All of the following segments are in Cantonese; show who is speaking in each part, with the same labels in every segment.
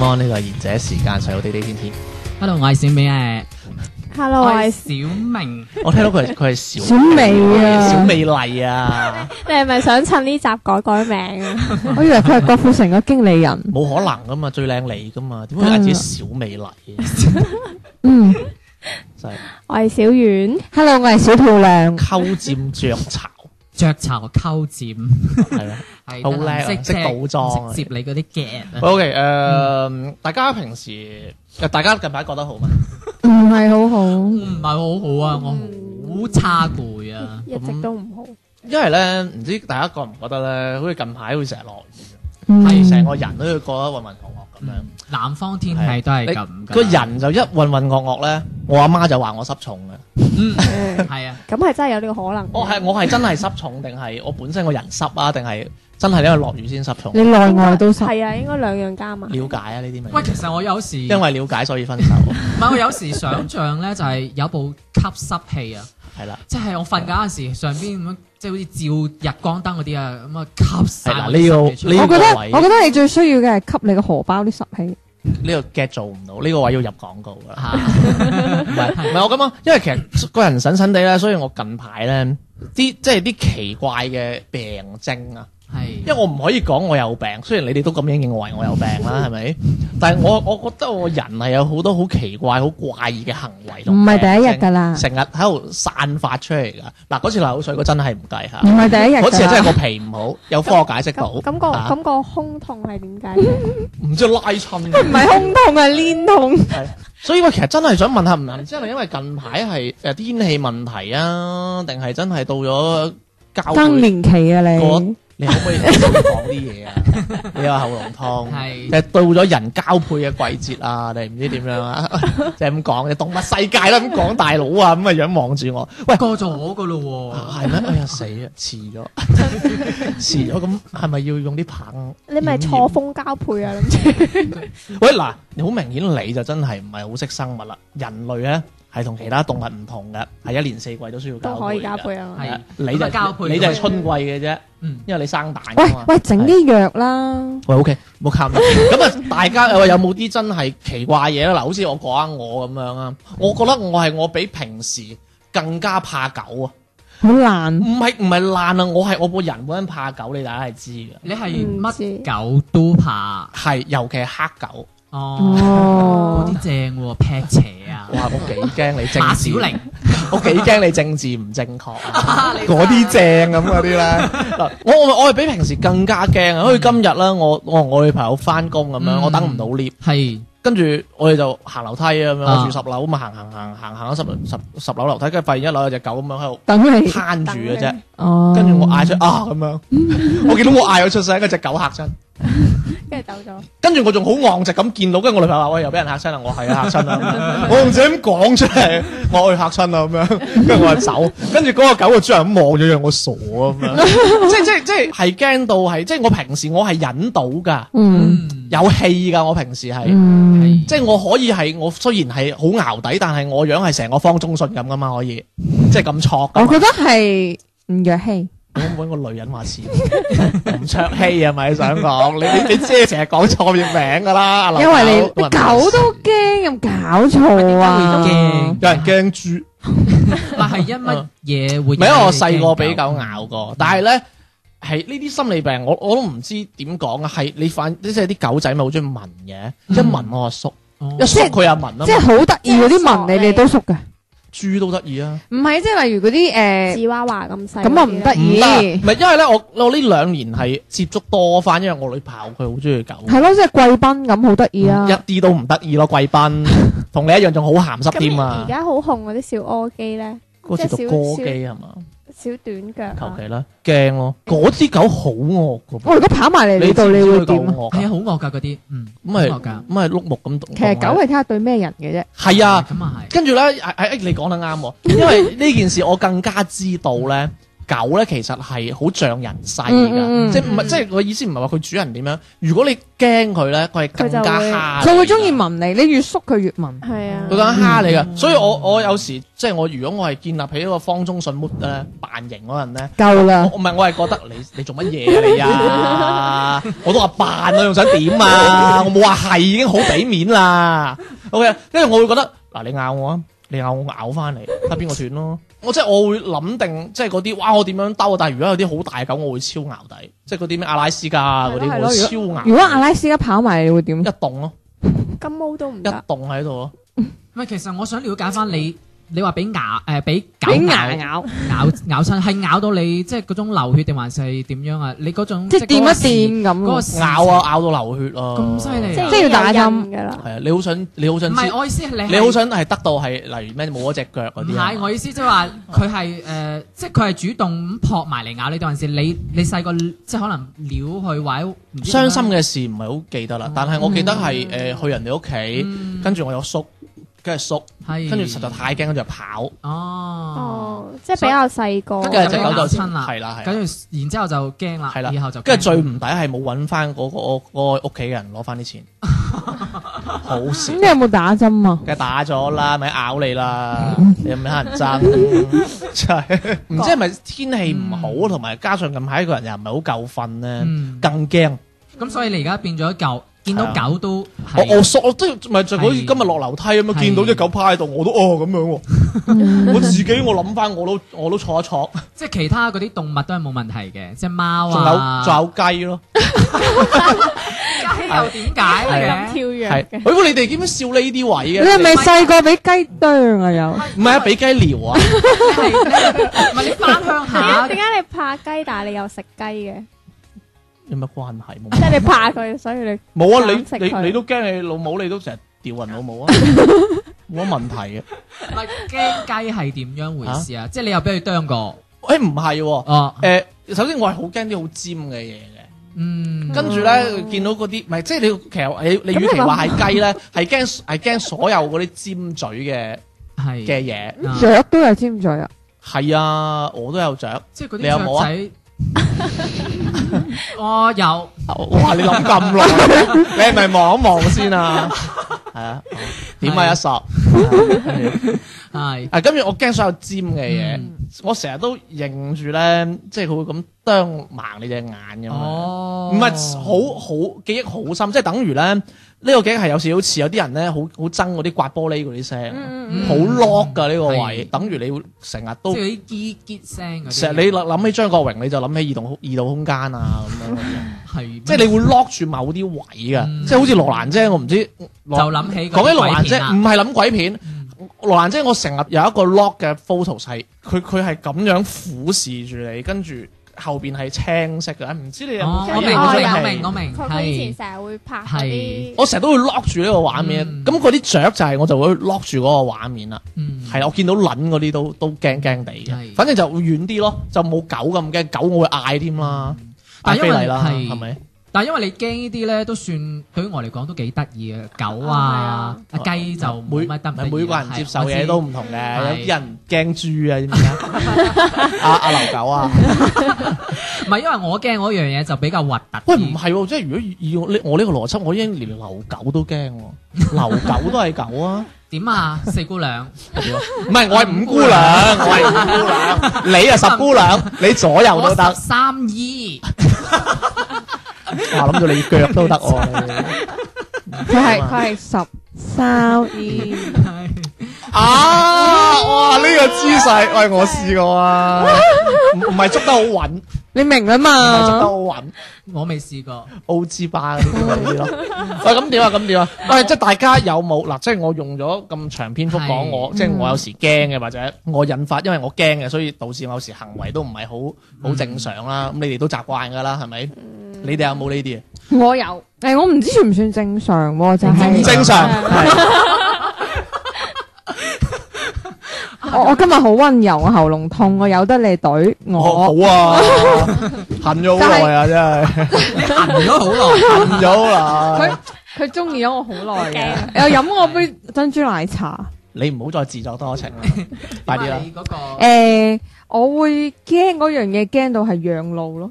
Speaker 1: 午安，呢個係賢者時間，細佬啲啲 天天。
Speaker 2: Hello，我係小美誒，
Speaker 3: Hello，
Speaker 2: 我
Speaker 3: 我係
Speaker 2: 係小明，
Speaker 1: 我聽到佢係佢係小
Speaker 4: 小美啊
Speaker 1: 小美麗啊，
Speaker 3: 你係咪想趁呢集改改名啊？
Speaker 4: 我以為佢係郭富城嘅經理人。
Speaker 1: 冇可能噶嘛，最靚你噶嘛，點會嗌自己小美麗？
Speaker 4: 嗯
Speaker 1: 真係
Speaker 3: 我係小遠，
Speaker 4: ，Hello，我係小漂亮。
Speaker 1: 鳩佔雀巢，
Speaker 2: 雀巢溝尖，
Speaker 1: 係咯。
Speaker 2: 係
Speaker 1: 好叻啊
Speaker 2: 唔
Speaker 1: 識倒裝啊
Speaker 2: 唔識接你嗰啲 gap 啊
Speaker 1: OK，誒、大家平時誒大家近排覺得好嘛？
Speaker 4: 唔係好好，
Speaker 2: 我唔係好好啊，
Speaker 1: 嗯
Speaker 2: 我好差攰啊，
Speaker 3: 一直都唔好。
Speaker 1: 因為咧，唔知大家覺唔覺得咧，好似近排會成日落雨，
Speaker 4: 嗯
Speaker 1: 係成、個人都要覺得渾渾噩噩咁樣。
Speaker 2: 南方天氣都係咁
Speaker 1: 你
Speaker 2: 㗎
Speaker 1: 個人就一渾渾噩噩咧，我阿媽就話我濕重嘅。
Speaker 2: 嗯
Speaker 3: 嗯
Speaker 2: 係啊，
Speaker 3: 咁係真係有呢個可能。
Speaker 1: 我哦係我係真係濕重，定係我本身個人濕啊？定係真係因為落雨先濕重？
Speaker 4: 你內外都濕。
Speaker 3: 係啊，應該兩樣加埋。
Speaker 1: 了解啊呢啲咪
Speaker 2: 喂，其實我有時
Speaker 1: 因為了解所以分手，啊
Speaker 2: 唔係我有時想像咧，就係有部吸濕器啊。
Speaker 1: 係啦。
Speaker 2: 即係我瞓覺嗰時，上邊咁樣，即係好似照日光燈嗰啲啊，咁啊吸晒
Speaker 1: 係啦
Speaker 2: 我
Speaker 1: 呢個
Speaker 2: 啲濕氣出嚟
Speaker 1: 呢
Speaker 4: 我覺得
Speaker 1: 位
Speaker 4: 我覺得你最需要嘅係吸你嘅荷包啲濕氣。
Speaker 1: 呢個 get 做唔到，呢個位要入廣告㗎啦。
Speaker 2: 嚇
Speaker 1: 唔係唔係我咁啊，因為其實個人神神地啦，所以我近排咧啲即係啲奇怪嘅病徵啊，因為
Speaker 2: 係
Speaker 1: 我唔可以講我有病，雖然你哋都咁樣認為我有病啦，係咪？但係我我覺得我人係有好多好奇怪、好怪異嘅行為
Speaker 4: 唔
Speaker 1: 同
Speaker 4: 係第一日
Speaker 1: 病啊徵
Speaker 4: 㗎啦，
Speaker 1: 成日喺度散發出嚟㗎。嗱，嗰次流口水嗰真係唔計嚇
Speaker 4: 唔，係第一日
Speaker 1: 嗰次
Speaker 4: 㗎
Speaker 1: 係真係
Speaker 4: 啦。
Speaker 1: 個脾唔好，有科學解釋到。
Speaker 3: 咁咁個
Speaker 1: 啊
Speaker 3: 咁個胸痛係點解？
Speaker 1: 唔知拉親
Speaker 4: 唔係啊胸痛係黏痛。
Speaker 1: 所以我其實真係想問下，唔知係因為近排係誒天氣問題啊，定係真係到咗交
Speaker 4: 更
Speaker 1: 配？
Speaker 4: 年期啊你
Speaker 1: 我，你可唔可以講啲嘢啊？你話喉嚨痛，
Speaker 2: 係
Speaker 1: 就係到咗人交配嘅季節啊，你唔知點樣啊？ 就係咁講，你動物世界啦，咁講大佬啊，咁嘅樣望住我，喂。
Speaker 2: 過咗我噶咯
Speaker 1: 係咩？哎呀死啊！遲咗，遲咗咁係咪要用啲 棒？
Speaker 3: 你咪錯峰交配啊！諗住
Speaker 1: 喂嗱，你好明顯你就真係唔係好識生物啦。人類咧係同其他動物唔同嘅，係一年四季都需要交
Speaker 3: 都
Speaker 1: 配
Speaker 3: 可以交
Speaker 1: 㗎
Speaker 3: 配啊嘛。
Speaker 1: 係啊
Speaker 2: 係
Speaker 1: 你
Speaker 2: 咁
Speaker 1: 就
Speaker 2: 啊交配
Speaker 1: 你就係春季嘅啫，
Speaker 2: 嗯
Speaker 1: 因為你生蛋㗎
Speaker 4: 喂
Speaker 1: 嘛。
Speaker 4: 喂，整啲藥啦。
Speaker 1: 喂，OK，冇靠咁。咁啊，大家有有冇啲真係奇怪嘢咧？嗱，好似我講下我咁樣啊，我覺得我係我比平時更加怕狗啊！
Speaker 4: 好難，
Speaker 1: 唔係唔係爛啊，我係我個人本身怕狗，你大家係知嘅。
Speaker 2: 你係乜狗都怕
Speaker 1: 係，尤其係黑狗。
Speaker 2: 哦，嗰
Speaker 4: 哦，
Speaker 2: 啲正喎，劈邪啊，
Speaker 1: 哇！我幾驚你政
Speaker 2: 馬
Speaker 1: 治
Speaker 2: 小玲，
Speaker 1: 我幾驚你政治唔正確 啊！嗰啲正咁嗰啲 咧，嗱，我我我係比平時更加驚啊！好似今日啦，我我同我女朋友翻工咁樣，
Speaker 2: 嗯
Speaker 1: 我等唔到 lift，
Speaker 2: 係
Speaker 1: 跟住我哋就行樓梯咁樣，
Speaker 2: 啊
Speaker 1: 我住十樓咁啊，行行行行行咗十十十樓樓梯，跟住發現一樓有隻狗咁樣喺度
Speaker 4: 等你
Speaker 1: 攤住嘅啫
Speaker 3: 等，
Speaker 4: 哦。
Speaker 1: 跟住我嗌出啊咁樣， 我見到我嗌咗出聲，嗰只狗嚇親。
Speaker 3: 跟住走咗。
Speaker 1: 跟住我仲好昂直咁見到，跟住我女朋友話：喂，又俾人嚇親啦！我係啊嚇親啦， 我唔想咁講出嚟，我去嚇親啦咁樣。 跟住我話走，跟住嗰個狗就將人咁望咗，讓我傻啊咁樣。 即即即係驚到係，即係我平時我係忍到㗎，
Speaker 4: 嗯
Speaker 2: 嗯
Speaker 1: 有氣㗎。我平時
Speaker 4: Ừ.
Speaker 1: 係，
Speaker 4: 嗯。
Speaker 1: 即係我可以係我雖然係好淆底，但係我樣係成個方中信咁㗎嘛，可以即係咁挫㗎
Speaker 4: 我
Speaker 1: 嘛。
Speaker 4: 覺得係唔若氣，
Speaker 1: 我揾個女人話事，吳卓羲係咪想講？你你你知成日講錯別名㗎啦，阿劉
Speaker 4: 因為你
Speaker 1: 劉
Speaker 4: 你狗都驚，咁搞錯
Speaker 2: 點解會
Speaker 4: 啊
Speaker 2: 驚！
Speaker 1: 有人驚豬，唔
Speaker 2: 但係因乜嘢會？
Speaker 1: 係因為我細個俾狗咬
Speaker 4: 嗯
Speaker 1: 過，但係咧係呢啲心理病，我我都唔知點講啊。係你反即係啲狗仔咪好中意聞嘅，一聞我就縮，
Speaker 2: 哦，
Speaker 1: 一縮佢又聞啊嘛
Speaker 4: 嗯即。係好得意嗰啲紋你
Speaker 3: 即係
Speaker 4: 哋都熟嘅，
Speaker 1: 豬都得意啊，
Speaker 4: 唔係即係例如嗰啲誒，
Speaker 3: 紫娃娃咁細嗰啲
Speaker 4: 咁
Speaker 3: 啦。
Speaker 4: 啊唔得
Speaker 1: 唔得，
Speaker 4: 意
Speaker 1: 唔，係因為咧我我呢兩年係接觸多翻，因為我女朋友佢好中意狗，
Speaker 4: 係咯，即係貴賓咁好得意啊！
Speaker 1: 一 啲都唔得意咯，貴賓同你一樣仲好鹹濕
Speaker 3: 咁
Speaker 1: 添
Speaker 3: 而
Speaker 1: 啊
Speaker 3: 而！家好紅嗰啲小柯基咧，
Speaker 1: 嗰
Speaker 3: 即係
Speaker 1: 次讀歌
Speaker 3: 少少
Speaker 1: 姬係啊嘛？
Speaker 3: 小短腳
Speaker 1: 求
Speaker 3: 啊
Speaker 1: 其，啦，驚咯！嗰支狗好惡噶
Speaker 4: 我
Speaker 1: 噃，
Speaker 4: 如果跑埋嚟
Speaker 1: 你
Speaker 4: 哦你度，
Speaker 1: 知唔
Speaker 4: 你
Speaker 1: 知
Speaker 4: 會
Speaker 1: 佢
Speaker 4: 點啊？
Speaker 1: 狗惡
Speaker 2: 係啊，
Speaker 1: 㗎
Speaker 2: 好惡㗎嗰啲，嗯，
Speaker 1: 咁
Speaker 2: 好
Speaker 1: 咪
Speaker 2: 惡㗎，
Speaker 1: 咁咪碌木咁動。
Speaker 4: 其實狗係睇下對咩人嘅啫。
Speaker 1: 係啊，
Speaker 2: 咁啊係，
Speaker 1: 跟住咧，誒誒，哎你講得啱 喎，因為呢件事我更加知道咧，狗咧其實係好仗人勢
Speaker 4: 嗯嗯
Speaker 1: 㗎，
Speaker 4: 嗯
Speaker 1: 即係唔係即係我意思唔係話佢主人點樣，如果你驚佢咧，佢係更加
Speaker 3: 佢就會
Speaker 1: 蝦你㗎。
Speaker 4: 佢會中意嗯聞你，你越縮佢越聞。
Speaker 3: 係啊
Speaker 1: 佢，講蝦你㗎，所以我我有時即係我如果我係建立起一個方中信 mood 咧，扮型嗰陣咧。
Speaker 4: 夠啦，
Speaker 1: 我唔係，我係覺得你你做乜嘢啊你啊？我都話扮啊，仲想點啊？我冇話係，已經好俾面啦。OK，跟住我會覺得嗱，你咬我啊，你咬我我咬翻你，睇邊個斷咯。我即係我會諗定，即係嗰啲哇，我點樣兜啊？但係如果有啲好大嘅狗，我會超咬底，即係嗰啲咩阿拉斯加啊嗰啲，
Speaker 3: 係
Speaker 1: 我
Speaker 3: 咯
Speaker 1: 會
Speaker 3: 係
Speaker 1: 超咬。
Speaker 4: 如果阿拉斯加跑埋嚟，你會點
Speaker 1: 一？棟咯，
Speaker 3: 金毛都唔
Speaker 1: 一
Speaker 3: 得，
Speaker 1: 棟喺度咯。
Speaker 2: 唔係其實我想了解翻你，你話俾牙誒俾狗
Speaker 4: 俾
Speaker 2: 咬
Speaker 4: 牙咬，
Speaker 2: 咬咬親，係咬到你即係嗰種流血定還是點樣啊？你嗰種
Speaker 4: 即係掂
Speaker 2: 嗰個時
Speaker 4: 一掂咁。
Speaker 2: 嗰個時
Speaker 1: 咬啊，咬到流血啊！
Speaker 2: 咁犀利啊
Speaker 3: 即係
Speaker 4: 要打針
Speaker 3: 噶啦。
Speaker 1: 係啊！你好想你好
Speaker 2: 唔
Speaker 1: 想知
Speaker 2: 係，我意思係你
Speaker 1: 你好
Speaker 2: 係
Speaker 1: 想係得到係例如咩冇咗只腳嗰
Speaker 2: 唔
Speaker 1: 啲啊
Speaker 2: 係，我意思即係話佢係誒，即係佢係主動咁撲埋嚟咬你，定還是你你細個即係可能撩佢或者唔知
Speaker 1: 傷心
Speaker 2: 點樣
Speaker 1: 嘅事唔係好記得啦，但係我記得係誒、呃去人哋屋企，
Speaker 2: 嗯
Speaker 1: 跟住我有叔，跟住叔，
Speaker 2: 係
Speaker 1: 跟住實在太驚，跟住就跑，
Speaker 2: 哦，
Speaker 3: 哦，即係比較細個，
Speaker 2: 跟
Speaker 1: 跟住
Speaker 2: 住
Speaker 1: 只
Speaker 2: 就
Speaker 1: 狗就
Speaker 2: 咬親啦
Speaker 1: 係啦係啦
Speaker 2: 跟住然之後就驚啦，
Speaker 1: 係啦
Speaker 2: 以後就
Speaker 1: 跟住最
Speaker 2: 驚
Speaker 1: 唔抵係冇揾翻嗰個嗰個屋企嘅人攞翻啲 錢，好
Speaker 4: 咁
Speaker 1: 蝕，
Speaker 4: 你有冇打針啊？
Speaker 1: 梗係打咗啦，咪咬你啦，
Speaker 2: 嗯
Speaker 1: 你有冇乞人憎？真係 唔知係咪天氣唔好，同埋加上近排個人又唔係好夠瞓咧，
Speaker 2: 嗯
Speaker 1: 更驚。
Speaker 2: 咁，所以你而家變咗舊，見到
Speaker 1: 係啊
Speaker 2: 狗都係
Speaker 1: 我我索我都咪就好似今日落樓梯咁樣，
Speaker 2: 係
Speaker 1: 見到只狗趴喺度，我都哦咁樣喎。我自己我諗翻，我都我都坐一坐，
Speaker 2: 即係其他嗰啲動物都係冇問題嘅，即係貓
Speaker 1: 仲
Speaker 2: 啊，
Speaker 1: 有仲有雞咯。
Speaker 2: 有點解
Speaker 1: 係
Speaker 2: 嘅
Speaker 3: 咁？跳躍
Speaker 1: 係，
Speaker 3: 嘅，
Speaker 1: 哎喂，你哋點樣笑呢啲位
Speaker 4: 你
Speaker 1: 嘅？
Speaker 4: 係咪細個俾雞啄啊？有
Speaker 1: 唔係啊，俾雞撩啊！
Speaker 2: 你係你係唔係你翻鄉下
Speaker 3: 點解點解你怕雞，但係你又食雞嘅？
Speaker 1: 有乜關係？冇
Speaker 3: 即係你怕佢，所以你
Speaker 1: 冇啊！
Speaker 3: 想食
Speaker 1: 你
Speaker 3: 佢
Speaker 1: 你你都驚你老母，你都成日吊人老 母啊！冇乜問題嘅。
Speaker 2: 唔係驚雞係點樣回事啊？即係你又俾佢啄過
Speaker 1: 誒哎唔係喎，
Speaker 2: 哦，
Speaker 1: 誒首先我係好驚啲好尖嘅嘢嘅，
Speaker 2: 嗯，
Speaker 1: 跟住咧見到嗰啲唔係即係你其實你你
Speaker 3: 咁
Speaker 1: 與
Speaker 3: 你
Speaker 1: 其
Speaker 3: 話
Speaker 1: 話係雞咧，係驚係驚所有嗰啲尖嘴嘅
Speaker 2: 係
Speaker 1: 嘅嘢。
Speaker 3: 嗯
Speaker 2: 啊
Speaker 4: 雀都有尖嘴啊！
Speaker 1: 係啊，我都有獎。
Speaker 2: 即係嗰啲
Speaker 1: 你有 冇啊
Speaker 2: 雀仔，我有，
Speaker 1: 哇！你諗 咁耐，你係咪望一望先啊？係啊，點啊一索？
Speaker 2: 係
Speaker 1: 啊，跟住我驚所有尖嘅嘢，
Speaker 2: 嗯
Speaker 1: 我成日都認住咧，即係佢會咁啄盲你隻眼咁樣。
Speaker 2: 哦，
Speaker 1: 唔係好好記憶好深，即係等於咧呢個記憶係有少少似有啲人咧好好憎嗰啲刮玻璃嗰啲聲，
Speaker 2: 嗯
Speaker 1: 好 lock 㗎呢個位，
Speaker 2: 係
Speaker 1: 等於你會成日
Speaker 2: 即
Speaker 1: 都
Speaker 2: 係嗰啲結結聲嗰啲，
Speaker 1: 成日你諗起張國榮你就諗起異度異度空間啊咁樣。
Speaker 2: 係
Speaker 1: 即係你會 lock 住某啲位嘅，
Speaker 2: 嗯
Speaker 1: 即係好似羅蘭姐，我唔知就
Speaker 2: 就諗啊起
Speaker 1: 講起羅蘭姐，
Speaker 2: 啫，
Speaker 1: 唔係諗鬼片。
Speaker 2: 嗯
Speaker 1: 羅蘭姐，我成日有一個 lock 嘅 photos 係佢佢係咁樣俯視住你，跟住後邊係青色嘅，唔知你有
Speaker 2: 哦
Speaker 1: 冇
Speaker 2: 我
Speaker 1: 睇
Speaker 2: 明
Speaker 1: 過
Speaker 2: 我明我
Speaker 1: 呢出戲
Speaker 2: 明我明，
Speaker 3: 佢佢以
Speaker 2: 係
Speaker 3: 前成日會拍嗰啲，
Speaker 1: 我成日都會 lock 住呢個畫面，
Speaker 2: 嗯
Speaker 1: 咁嗰啲雀就係我就會 lock 住嗰個畫面啦。
Speaker 2: 嗯
Speaker 1: 係啦，我見到撚嗰啲都都驚驚地嘅，
Speaker 2: 係
Speaker 1: 反正就會遠啲咯，就冇狗咁驚，狗我會嗌添啦，
Speaker 2: 嗯但
Speaker 1: 嗌
Speaker 2: 因為
Speaker 1: 飛嚟啦，
Speaker 2: 係
Speaker 1: 係咪？
Speaker 2: 但係因為你驚呢啲咧，都算對於我嚟講都幾得意嘅，狗
Speaker 3: 啊
Speaker 2: 啊、啊雞就
Speaker 1: 每
Speaker 2: 冇乜得唔得意
Speaker 1: 每個人接受嘢都唔同嘅，
Speaker 2: 係
Speaker 1: 有啲人驚豬啊，知唔知啊？ 阿阿劉狗啊，
Speaker 2: 唔係因為我驚嗰樣嘢就比較核突啲。
Speaker 1: 喂唔係喎，即係如果以以我呢我呢個邏輯，我已經連流狗都驚喎，流狗都係狗啊，
Speaker 2: 點啊，四姑 娘，
Speaker 1: 唔係我係五姑娘，我係五姑娘，你啊十姑娘，你左右
Speaker 2: 我
Speaker 1: 都得，
Speaker 2: 十三 姨，
Speaker 1: 我諗到你腳都得喎。
Speaker 4: 佢係佢係十三 E。二，
Speaker 1: 啊！哇！呢個姿勢，喂，我試過啊，唔唔係捉得好穩，唔
Speaker 4: 你明啦
Speaker 1: 係捉得
Speaker 4: 嘛？
Speaker 1: 好穩。
Speaker 2: 我未試過。
Speaker 1: 澳之巴嗰啲嗰啲咯。 喂，咁點啊？咁點啊？喂，即係大家有冇嗱？即係我用咗咁長篇幅講
Speaker 2: 係
Speaker 1: 我，即係我有時驚嘅，或者我引發，因為我驚嘅，所以導致我有時行為都唔係好好正常啦。咁你哋都習慣㗎啦，係咪？你哋有冇呢啲啊？
Speaker 4: 我有誒，我唔知算唔算正常 喎，就係
Speaker 2: 正
Speaker 1: 正常
Speaker 3: 係
Speaker 1: 係
Speaker 4: 我我今日好温柔，我喉嚨痛，我由得你懟我。
Speaker 1: 哦好 啊，恨咗好耐啊，真係
Speaker 2: 行咗好耐。
Speaker 1: 恨咗好耐
Speaker 4: 佢。佢中意咗我好耐
Speaker 3: 好
Speaker 4: 嘅，又飲我杯珍珠奶茶。
Speaker 1: 你唔好再自作多情 啦， 快啲啦！
Speaker 2: 你嗰個
Speaker 4: 诶，我會驚嗰樣嘢，驚到係讓路咯，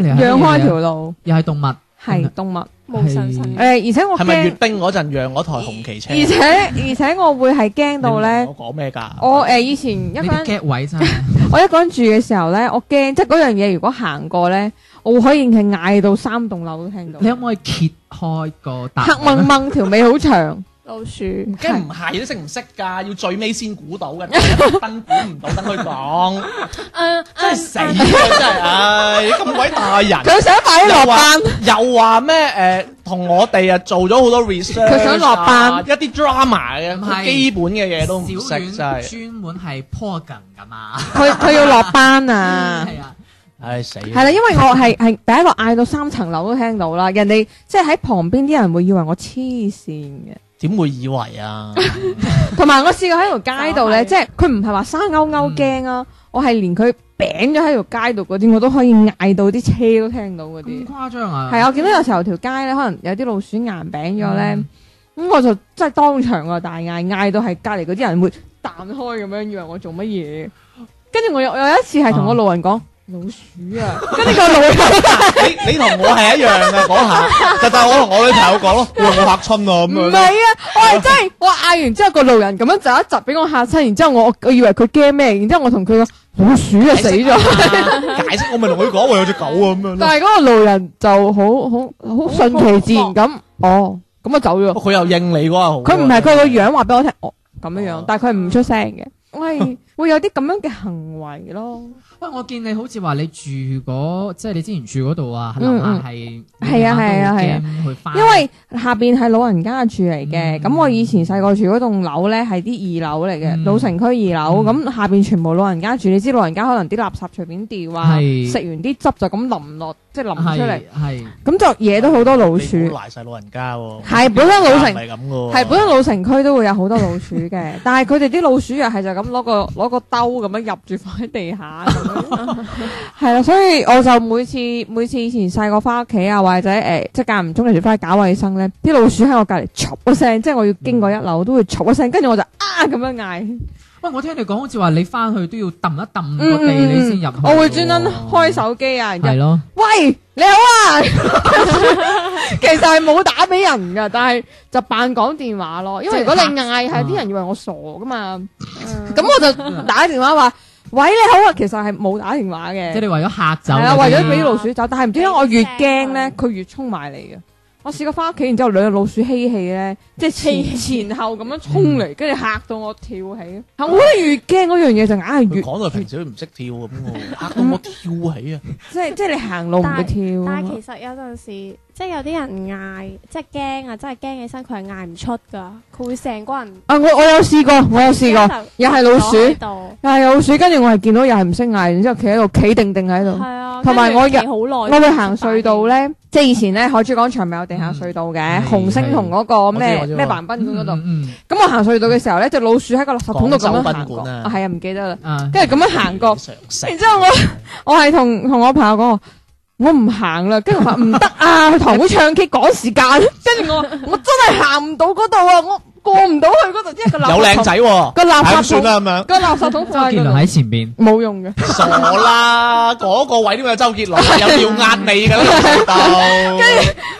Speaker 2: 真係你係
Speaker 4: 讓開條路，
Speaker 2: 又係動物，
Speaker 4: 係動物。
Speaker 3: 無神神
Speaker 2: 係
Speaker 4: 诶，而且我
Speaker 1: 係咪閱
Speaker 4: 驚，
Speaker 1: 兵嗰陣讓嗰台紅旗車？
Speaker 4: 而且而且我會係驚到
Speaker 1: 你
Speaker 4: 咧
Speaker 1: 明，我講咩㗎？
Speaker 4: 我诶以前一個
Speaker 2: 呢啲
Speaker 4: 人。
Speaker 2: get 位真 係。
Speaker 4: 我一個人住嘅時候咧，我驚即係嗰樣嘢，如果行過咧，我會可以係嗌到三棟樓都聽到。
Speaker 2: 你可唔可以揭開個答案？
Speaker 4: 黑掹掹條尾好長，
Speaker 3: 老鼠，
Speaker 1: 梗唔係都識唔識㗎？要最尾先估到嘅， 燈估唔到，等佢講，
Speaker 3: 嗯
Speaker 1: 真係死啊！真係，唉，咁鬼 大人。
Speaker 4: 佢想快啲落班。
Speaker 1: 又話咩？誒，同我哋啊做咗好多 research，
Speaker 4: 佢想落班
Speaker 1: 啊一啲 drama 嘅
Speaker 2: 唔係
Speaker 1: 基本嘅嘢都唔
Speaker 2: 小
Speaker 1: 識，
Speaker 2: 丸
Speaker 1: 真係，
Speaker 2: 專門係 program 噶嘛。
Speaker 4: 佢佢要落班 啊！
Speaker 2: 係啊，
Speaker 1: 唉死！係
Speaker 4: 係啦，因為我係係第一個嗌到三層樓都聽到啦，人哋即係喺旁邊啲人會以為我黐線嘅。
Speaker 1: 點會以為啊？
Speaker 4: 同埋我試過喺條街度咧，
Speaker 3: 就
Speaker 4: 即係佢唔係話生勾勾驚啊，我係連佢餅咗喺條街度嗰啲，我都可以嗌到啲車都聽到嗰啲
Speaker 2: 咁。誇張啊！
Speaker 4: 係啊，我見到有時候條街咧，可能有啲老鼠硬餅咗咧，
Speaker 1: 嗯
Speaker 4: 咁、我就真係當場啊大嗌，嗌到係隔離嗰啲人會彈開咁樣，以為我做乜嘢。跟住我有我有一次係同
Speaker 1: 啊
Speaker 4: 個路人講、老鼠 啊，跟住個路人
Speaker 1: 你你同我係一樣嘅嗰下，就但係我同我女朋 友講咯，我嚇親啊咁
Speaker 4: 唔係
Speaker 1: 樣咯。
Speaker 4: 啊，我係真係我嗌完之後，個路人咁樣窒一窒俾我嚇親，然之後我我以為佢驚咩，然之後我同佢講老鼠啊死咗，
Speaker 1: 解釋我咪同佢講我有隻狗啊咁樣咯。
Speaker 4: 但係嗰個路人就好好好順其自然咁，哦咁啊走咗。
Speaker 1: 佢又應你嗰下好啊。
Speaker 4: 佢唔係佢個樣話俾我聽，哦咁樣
Speaker 1: 哦
Speaker 4: 樣，但係佢唔出聲嘅，我係 會有啲咁樣嘅行為咯。
Speaker 2: 喂，我見你好似話你住嗰，即係你之前住嗰度啊，樓
Speaker 4: 嗯
Speaker 2: 下
Speaker 4: 嗯
Speaker 2: 係
Speaker 4: 係啊係啊係啊，
Speaker 2: 去翻，
Speaker 4: 因為下邊係老人家住嚟嘅，
Speaker 2: 嗯
Speaker 4: 咁、我以前細個住嗰棟樓咧係啲二樓嚟嘅，
Speaker 2: 嗯
Speaker 4: 老城區二樓，
Speaker 2: 嗯
Speaker 4: 咁、下邊全部老人家住，你知老人家可能啲垃圾隨便掉啊，
Speaker 2: 係
Speaker 4: 食完啲汁就咁淋落，即係淋出嚟，
Speaker 2: 係係
Speaker 4: 咁就惹到好多老鼠。
Speaker 1: 你唔好賴晒老人家喎。
Speaker 4: 係本身老
Speaker 1: 唔
Speaker 4: 城。
Speaker 1: 係咁嘅喎。
Speaker 4: 係本身老城區都會有好多老鼠嘅，但係佢哋啲老鼠又係就咁攞個攞個兜咁樣入住放喺地下咁樣，係啦，所以我就每次每次以前細個翻屋企啊，或者誒、呃即係間唔中就翻去搞衞生咧，啲老鼠喺我隔離嘈一聲，即係我要經過一樓都會嘈一聲，跟住我就啊咁樣嗌，
Speaker 2: 喂，我聽你講好似話你翻去都要揼一揼個地，
Speaker 4: 嗯
Speaker 2: 你先入去。
Speaker 4: 我會專登開。手機啊，然之後
Speaker 2: 係咯，
Speaker 4: 喂，你好啊！ 其實係冇打俾人噶，但係就扮講電話咯。因為如果你嗌，係啲人以為我傻噶嘛。嗯咁我就打電話話：喂，你好啊！其實係冇打電話
Speaker 2: 即係
Speaker 4: 嘅，
Speaker 2: 你為咗嚇走嗰
Speaker 4: 係
Speaker 2: 啲。
Speaker 4: 啊，為咗
Speaker 3: 你
Speaker 4: 俾老鼠走。但係唔知點
Speaker 3: 啊
Speaker 4: 解我越驚咧，佢越衝埋嚟嘅。我試過翻屋企，然之後兩隻老鼠嬉戲咧，即係前前後咁樣衝嚟，跟住嚇到我跳起。係我覺得越驚嗰樣嘢就硬係
Speaker 1: 佢
Speaker 4: 越
Speaker 1: 講到平時都唔識跳咁嘅喎，嚇到我跳起啊！
Speaker 4: 即係即係你行路唔會跳啊嘛。
Speaker 3: 但係其實有陣時，即係有啲人嗌，即係驚啊，真係驚起身，佢係嗌唔出㗎，佢會成個人
Speaker 4: 啊！我我有試過，我有試過，
Speaker 3: 一
Speaker 4: 又係老鼠，
Speaker 3: 就坐喺
Speaker 4: 又
Speaker 3: 度，
Speaker 4: 係老鼠，跟住我係見到又係唔識嗌，然之後企喺度，企定定喺
Speaker 3: 係
Speaker 4: 度。
Speaker 3: 啊，
Speaker 4: 同埋我
Speaker 3: 跟住企
Speaker 4: 我
Speaker 3: 好耐，
Speaker 4: 會行隧道，咧，即係以前咧海珠廣場咪有地下隧道嘅，
Speaker 2: 嗯
Speaker 4: 紅星同嗰個
Speaker 1: 我
Speaker 4: 咩
Speaker 1: 知我知
Speaker 4: 咩橫濱館嗰度。
Speaker 2: 嗯，
Speaker 4: 咁我行隧道嘅時候咧，只老鼠喺個垃圾桶度咁樣
Speaker 1: 廣州賓
Speaker 4: 行過，
Speaker 1: 館啊
Speaker 4: 啊係啊，唔記得啦。
Speaker 2: 嗯啊，
Speaker 4: 跟住咁樣行過，
Speaker 1: 常識
Speaker 4: 然之後我我係同同我朋友講，我唔行啦。跟住我話唔得啊，去堂會唱 K 趕時 間。跟住我我真係行唔到嗰度啊，我過唔到去嗰度，因為個
Speaker 1: 有
Speaker 4: 垃圾
Speaker 1: 靚
Speaker 4: 桶
Speaker 1: 仔喎，
Speaker 4: 個垃
Speaker 1: 係咁
Speaker 4: 圾
Speaker 1: 算
Speaker 4: 桶。
Speaker 1: 啦咁樣。
Speaker 4: 個垃圾桶
Speaker 2: 周
Speaker 4: 放
Speaker 2: 杰倫
Speaker 4: 喺
Speaker 2: 喺前邊。
Speaker 4: 冇用嘅。
Speaker 1: 傻啦，嗰個位點解有周 杰倫有要壓你㗎啦，老豆。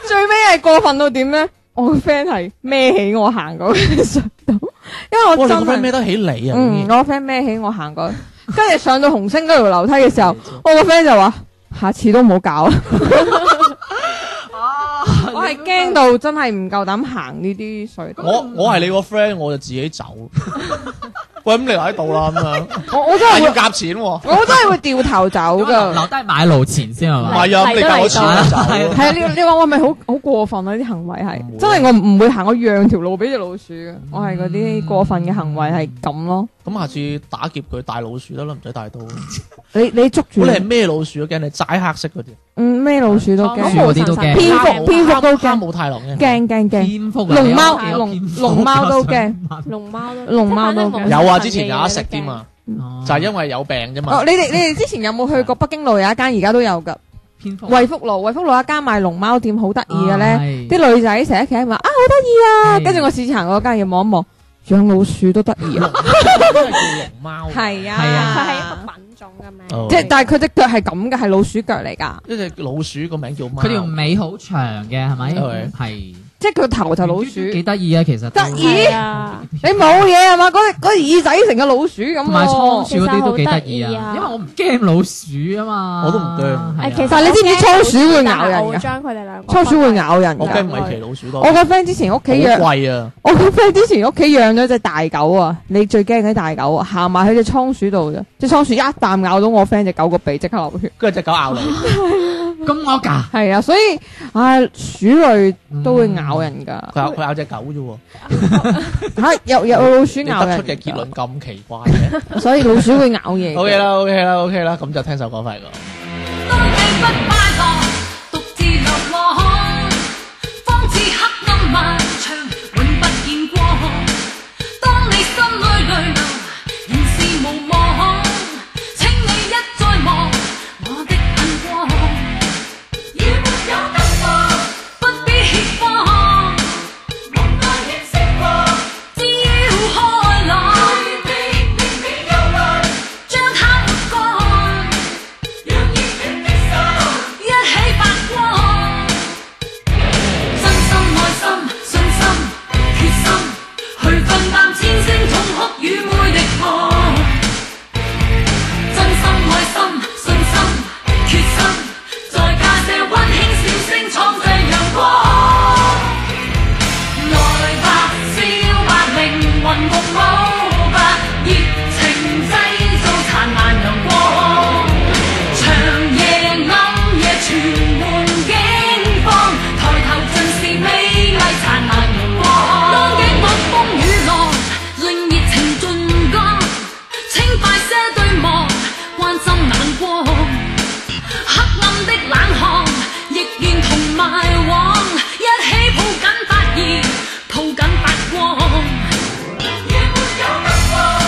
Speaker 4: 最尾係過分到點咧？我個 friend 係孭起我行過嘅隧道，因為
Speaker 1: 哇！
Speaker 4: 我
Speaker 1: 你
Speaker 4: 真
Speaker 1: 個 friend 孭
Speaker 4: 係
Speaker 1: 得起你啊？
Speaker 4: 嗯，
Speaker 1: 竟然
Speaker 4: 我個 friend 孭起我行過，跟住上到紅星嗰條樓梯嘅 時候，我個 friend 就話：下次都唔好搞啦。我係驚到真係唔夠膽行呢啲隧道，
Speaker 1: 我我係你個 friend，我就自 己走。喂，咁你留喺度啦咁樣，
Speaker 4: 我我真係
Speaker 1: 但係啊要
Speaker 4: 會，
Speaker 1: 夾錢喎。
Speaker 4: 我真係會掉頭走
Speaker 2: 咁 留留
Speaker 4: 噶。
Speaker 2: 低買路錢先係
Speaker 1: 唔
Speaker 2: 嘛？
Speaker 1: 係啊，咁你夾我錢就
Speaker 2: 係
Speaker 1: 走。
Speaker 4: 係啊，你你話我係咪好好過分啊？呢啲行為
Speaker 1: 唔會嗯
Speaker 4: 係真係我唔會行，我讓條路俾只老鼠嘅，我係嗰啲過分嘅行為係咁咯。
Speaker 1: 咁下次打劫佢帶老鼠得啦，唔使帶刀。
Speaker 4: 你你捉住
Speaker 1: 估你係咩老鼠啊？驚你齋黑色嗰啲，
Speaker 4: 嗯咩老鼠都
Speaker 3: 哦
Speaker 2: 老鼠
Speaker 4: 驚，
Speaker 2: 嗰啲都驚
Speaker 4: 蝙蝠蝙蝠都
Speaker 1: 哈
Speaker 4: 驚，
Speaker 1: 姆太郎嘅。
Speaker 4: 驚驚驚，
Speaker 2: 蝙蝠啊
Speaker 4: 龍
Speaker 2: 你屋
Speaker 4: 貓
Speaker 2: 企有
Speaker 4: 龍
Speaker 2: 蝙蝠啊
Speaker 4: 龍貓都驚。
Speaker 3: 龍貓都
Speaker 4: 龍貓都
Speaker 3: 即係反正
Speaker 1: 有啊，
Speaker 3: 冇
Speaker 1: 之前有一
Speaker 3: 神秘嘅嘢
Speaker 1: 食
Speaker 3: 都
Speaker 1: 添啊，
Speaker 2: 哦
Speaker 1: 就係因為有病啫嘛
Speaker 4: 哦，。你哋你哋之前有冇去過北京路有一間而家都有㗎，
Speaker 2: 蝙蝠
Speaker 4: 惠福路惠福路有一間賣龍貓店好得意嘅咧，
Speaker 2: 咧
Speaker 4: 啲女仔成日企喺度話啊好得意啊，
Speaker 2: 係
Speaker 4: 跟住我試行嗰間嘢望一望，養老鼠都得意啊，
Speaker 1: 都係叫龍貓。
Speaker 4: 係
Speaker 2: 係
Speaker 3: 驚佢
Speaker 2: 啊
Speaker 3: 係一個品種嘅名
Speaker 1: 哦
Speaker 3: 嚟嘅，
Speaker 4: 即係但係佢只腳係咁嘅，係老鼠腳嚟㗎，
Speaker 1: 一隻老鼠個名叫貓。
Speaker 2: 佢條尾好長嘅係咪？
Speaker 1: 係
Speaker 2: 係
Speaker 4: 即係佢頭就老鼠。
Speaker 2: 幾得意啊！其實都
Speaker 4: 得意
Speaker 3: 係啊，
Speaker 4: 你冇嘢啊嘛？嗰隻嗰隻耳仔成個老鼠咁
Speaker 2: 同埋倉
Speaker 4: 喎。
Speaker 2: 鼠嗰啲都幾得意
Speaker 3: 其實好得意
Speaker 2: 啊，
Speaker 3: 啊
Speaker 2: 因為我唔驚老鼠啊嘛，
Speaker 1: 我都唔驚
Speaker 2: 係啊
Speaker 3: 誒其實
Speaker 4: 但係你知唔知
Speaker 3: 我驚
Speaker 4: 倉鼠會咬
Speaker 3: 但係
Speaker 4: 人
Speaker 3: 我會
Speaker 4: 㗎
Speaker 3: 將佢哋兩個
Speaker 4: 倉鼠會
Speaker 3: 分開
Speaker 4: 咬人㗎。
Speaker 1: 我驚米奇老鼠多。
Speaker 4: 我個 friend 之前屋企養，
Speaker 1: 好貴啊！
Speaker 4: 我個 friend 之前屋企養咗只大狗啊！你最驚嗰啲大狗啊，行埋去只倉鼠度啫，只倉鼠一啖咬到我 friend 只狗個鼻，即刻流血。
Speaker 1: 跟住只狗咬你，
Speaker 2: 咁惡㗎，
Speaker 4: 係啊，所以唉，鼠類都會咬人㗎。
Speaker 1: 佢咬佢咬只狗啫喎。
Speaker 4: 吓，有有老鼠
Speaker 1: 你
Speaker 4: 咬
Speaker 1: 得
Speaker 4: 人
Speaker 1: 出嘅結論咁奇怪 嘅。
Speaker 4: 論，所以老鼠會咬嘢。
Speaker 1: OK 啦，OK 啦，OK 啦，咁就聽首歌快過。
Speaker 5: 當你不快樂，獨自流浪，方知黑暗漫長，永不見光。當你心裏淚流，現是無望，請你一再望我的眼光。要沒有得過，不必怯慌。夢內掩飾過，只要開朗，避避免憂慮，將它抹乾。讓熱血的手一起發光，真心愛心、信心、決心去分擔千星痛哭與每滴汗。真心愛心、信心、決心，再加些溫馨笑聲，創造陽光。來吧，燒吧，靈魂共舞吧，熱情製造燦爛陽光。長夜暗夜全換驚慌，抬頭盡是美麗燦爛陽光。當景晚風雨浪，令熱情盡光，請快些對望，關心眼光。黑暗的冷巷，亦願同埋往，一起抱緊發熱，抱緊發光。如沒有得過，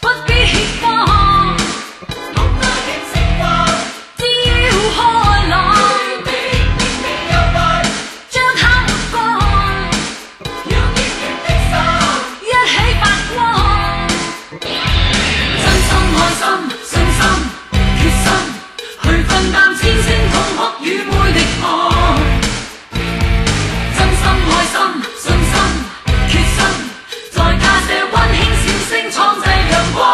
Speaker 5: 不必怯慌。夢內掩飾過，只要開朗，避免被憂慮，將它抹乾。讓熱血的手一起發光。真心愛心、信心、決心，去分擔千星痛哭與每滴汗。真心愛心、信心、決心，再加些溫馨笑聲，創製陽光。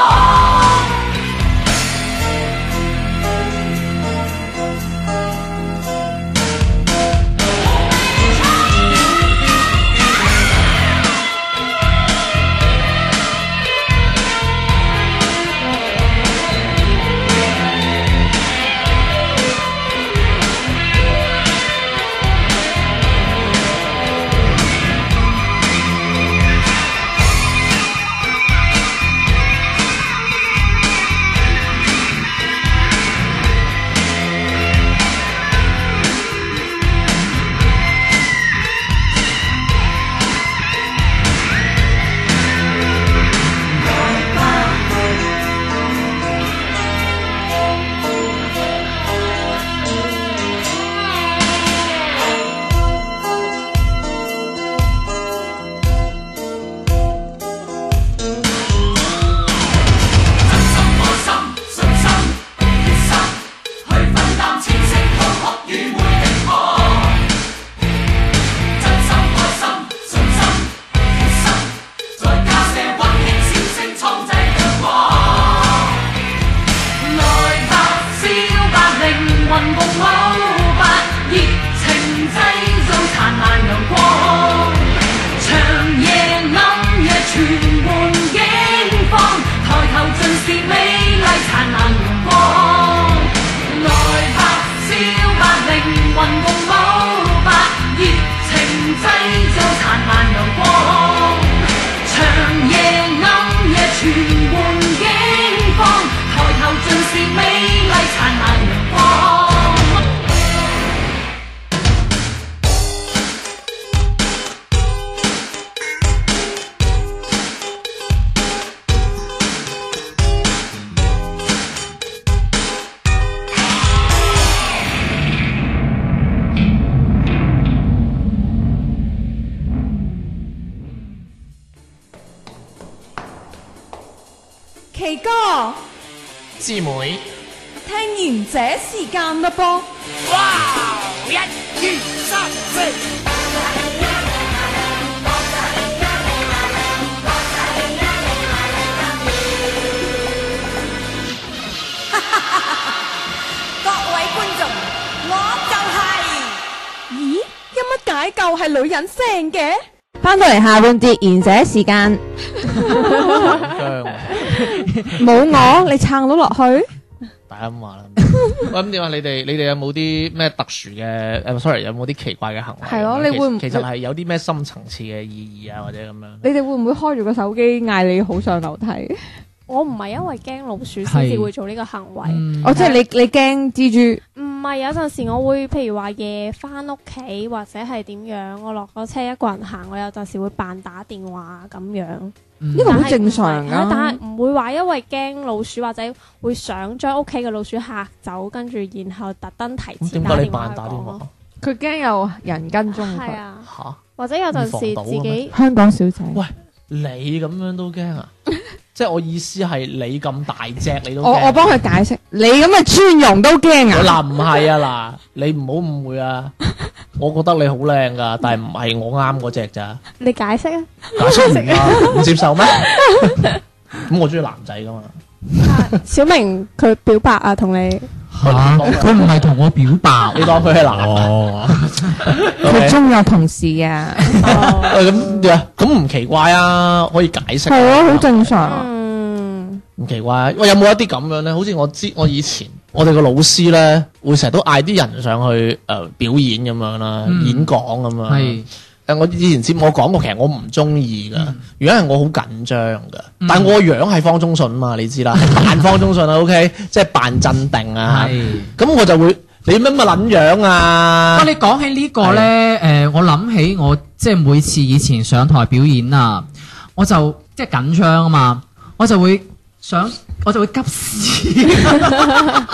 Speaker 5: 全換境況，抬頭盡是美麗燦爛陽光。來吧，笑吧，靈魂共舞吧，熱情製造燦爛陽光。長夜暗夜全換
Speaker 6: 奇哥，
Speaker 7: 師妹，
Speaker 6: 聽完這時間嘞噃。各位觀眾，我就係、咦？有乜解救係女人聲嘅？
Speaker 4: 翻到嚟下半節賢者時間，冇我你撐到落去，
Speaker 1: 大家咁話 啦。喂，咁點啊？你哋你哋有冇啲咩特殊嘅？誒，sorry，有冇啲奇怪嘅行為？
Speaker 4: 係咯你
Speaker 1: 其
Speaker 4: 會唔
Speaker 1: 其實係有啲咩深層次嘅意義啊，或者咁樣？
Speaker 4: 你哋會唔會開住個手機嗌你好上樓梯？
Speaker 3: 我唔係啊因為驚老鼠先至
Speaker 2: 係
Speaker 3: 會做呢個行為。
Speaker 2: 嗯
Speaker 4: 哦，即係你你驚蜘蛛，
Speaker 3: 唔係有陣時我會譬如話夜翻屋企或者係點樣，我落咗車一個人行，我有陣時會扮打電話咁樣。
Speaker 2: 嗯
Speaker 4: 呢個
Speaker 3: 但係
Speaker 4: 好正常
Speaker 3: 唔係係啊但
Speaker 4: 噶。
Speaker 3: 係唔會話因為驚老鼠或者會想將屋企嘅老鼠嚇走，跟住然後特登提
Speaker 1: 咁
Speaker 3: 前
Speaker 1: 點
Speaker 3: 打
Speaker 1: 解你
Speaker 3: 電話
Speaker 1: 扮
Speaker 3: 去
Speaker 1: 打
Speaker 3: 講
Speaker 1: 電話
Speaker 3: 咯。
Speaker 4: 佢驚有人跟蹤
Speaker 3: 係
Speaker 4: 佢。
Speaker 3: 啊，
Speaker 1: 嚇？
Speaker 3: 或者有陣
Speaker 1: 預
Speaker 3: 時
Speaker 2: 啊
Speaker 1: 防到
Speaker 3: 自己
Speaker 4: 香港小姐，
Speaker 1: 喂你咁樣都驚 啊？即係我意思係你咁大隻，你都
Speaker 4: 我
Speaker 1: 驚啊
Speaker 4: 我幫佢解釋，你咁嘅尊容都驚啊！
Speaker 1: 嗱唔係啊嗱，你唔好誤會啊！我覺得你好靚噶，但係唔係我啱嗰 只咋？
Speaker 3: 你解釋啊，
Speaker 1: 解釋唔啊？唔接受咩？咁我中意男仔噶嘛？
Speaker 3: 小明佢表白啊，同你
Speaker 2: 嚇佢唔係同我表白
Speaker 1: 你當佢係男
Speaker 2: 哦，
Speaker 4: 佢
Speaker 1: OK？
Speaker 4: 中有同事 啊，
Speaker 1: 喂咁點啊咁唔奇怪啊，可以解釋。
Speaker 4: 係啊，好正常啊。
Speaker 3: 嗯，
Speaker 1: 唔奇怪啊。喂，有冇一啲咁樣咧？好似我知我以前我哋個老師咧，會成日都嗌啲人上去誒、呃表演咁樣啦，
Speaker 2: 嗯
Speaker 1: 演講咁樣。
Speaker 2: 係
Speaker 1: 誒，我以前節目我講過，其實我唔中意噶，原因係我好緊張噶。
Speaker 2: 嗯
Speaker 1: 但我個樣係方中信嘛，你知 啦，扮方中信啦，OK，即啊係扮鎮定啊。
Speaker 2: 係。
Speaker 1: 咁我就會你乜乜撚樣啊
Speaker 2: 哇！？你講起呢個咧，誒，我諗起我即係每次以前上台表演啊，我就即係緊張啊嘛，我就會想，我就會急屎。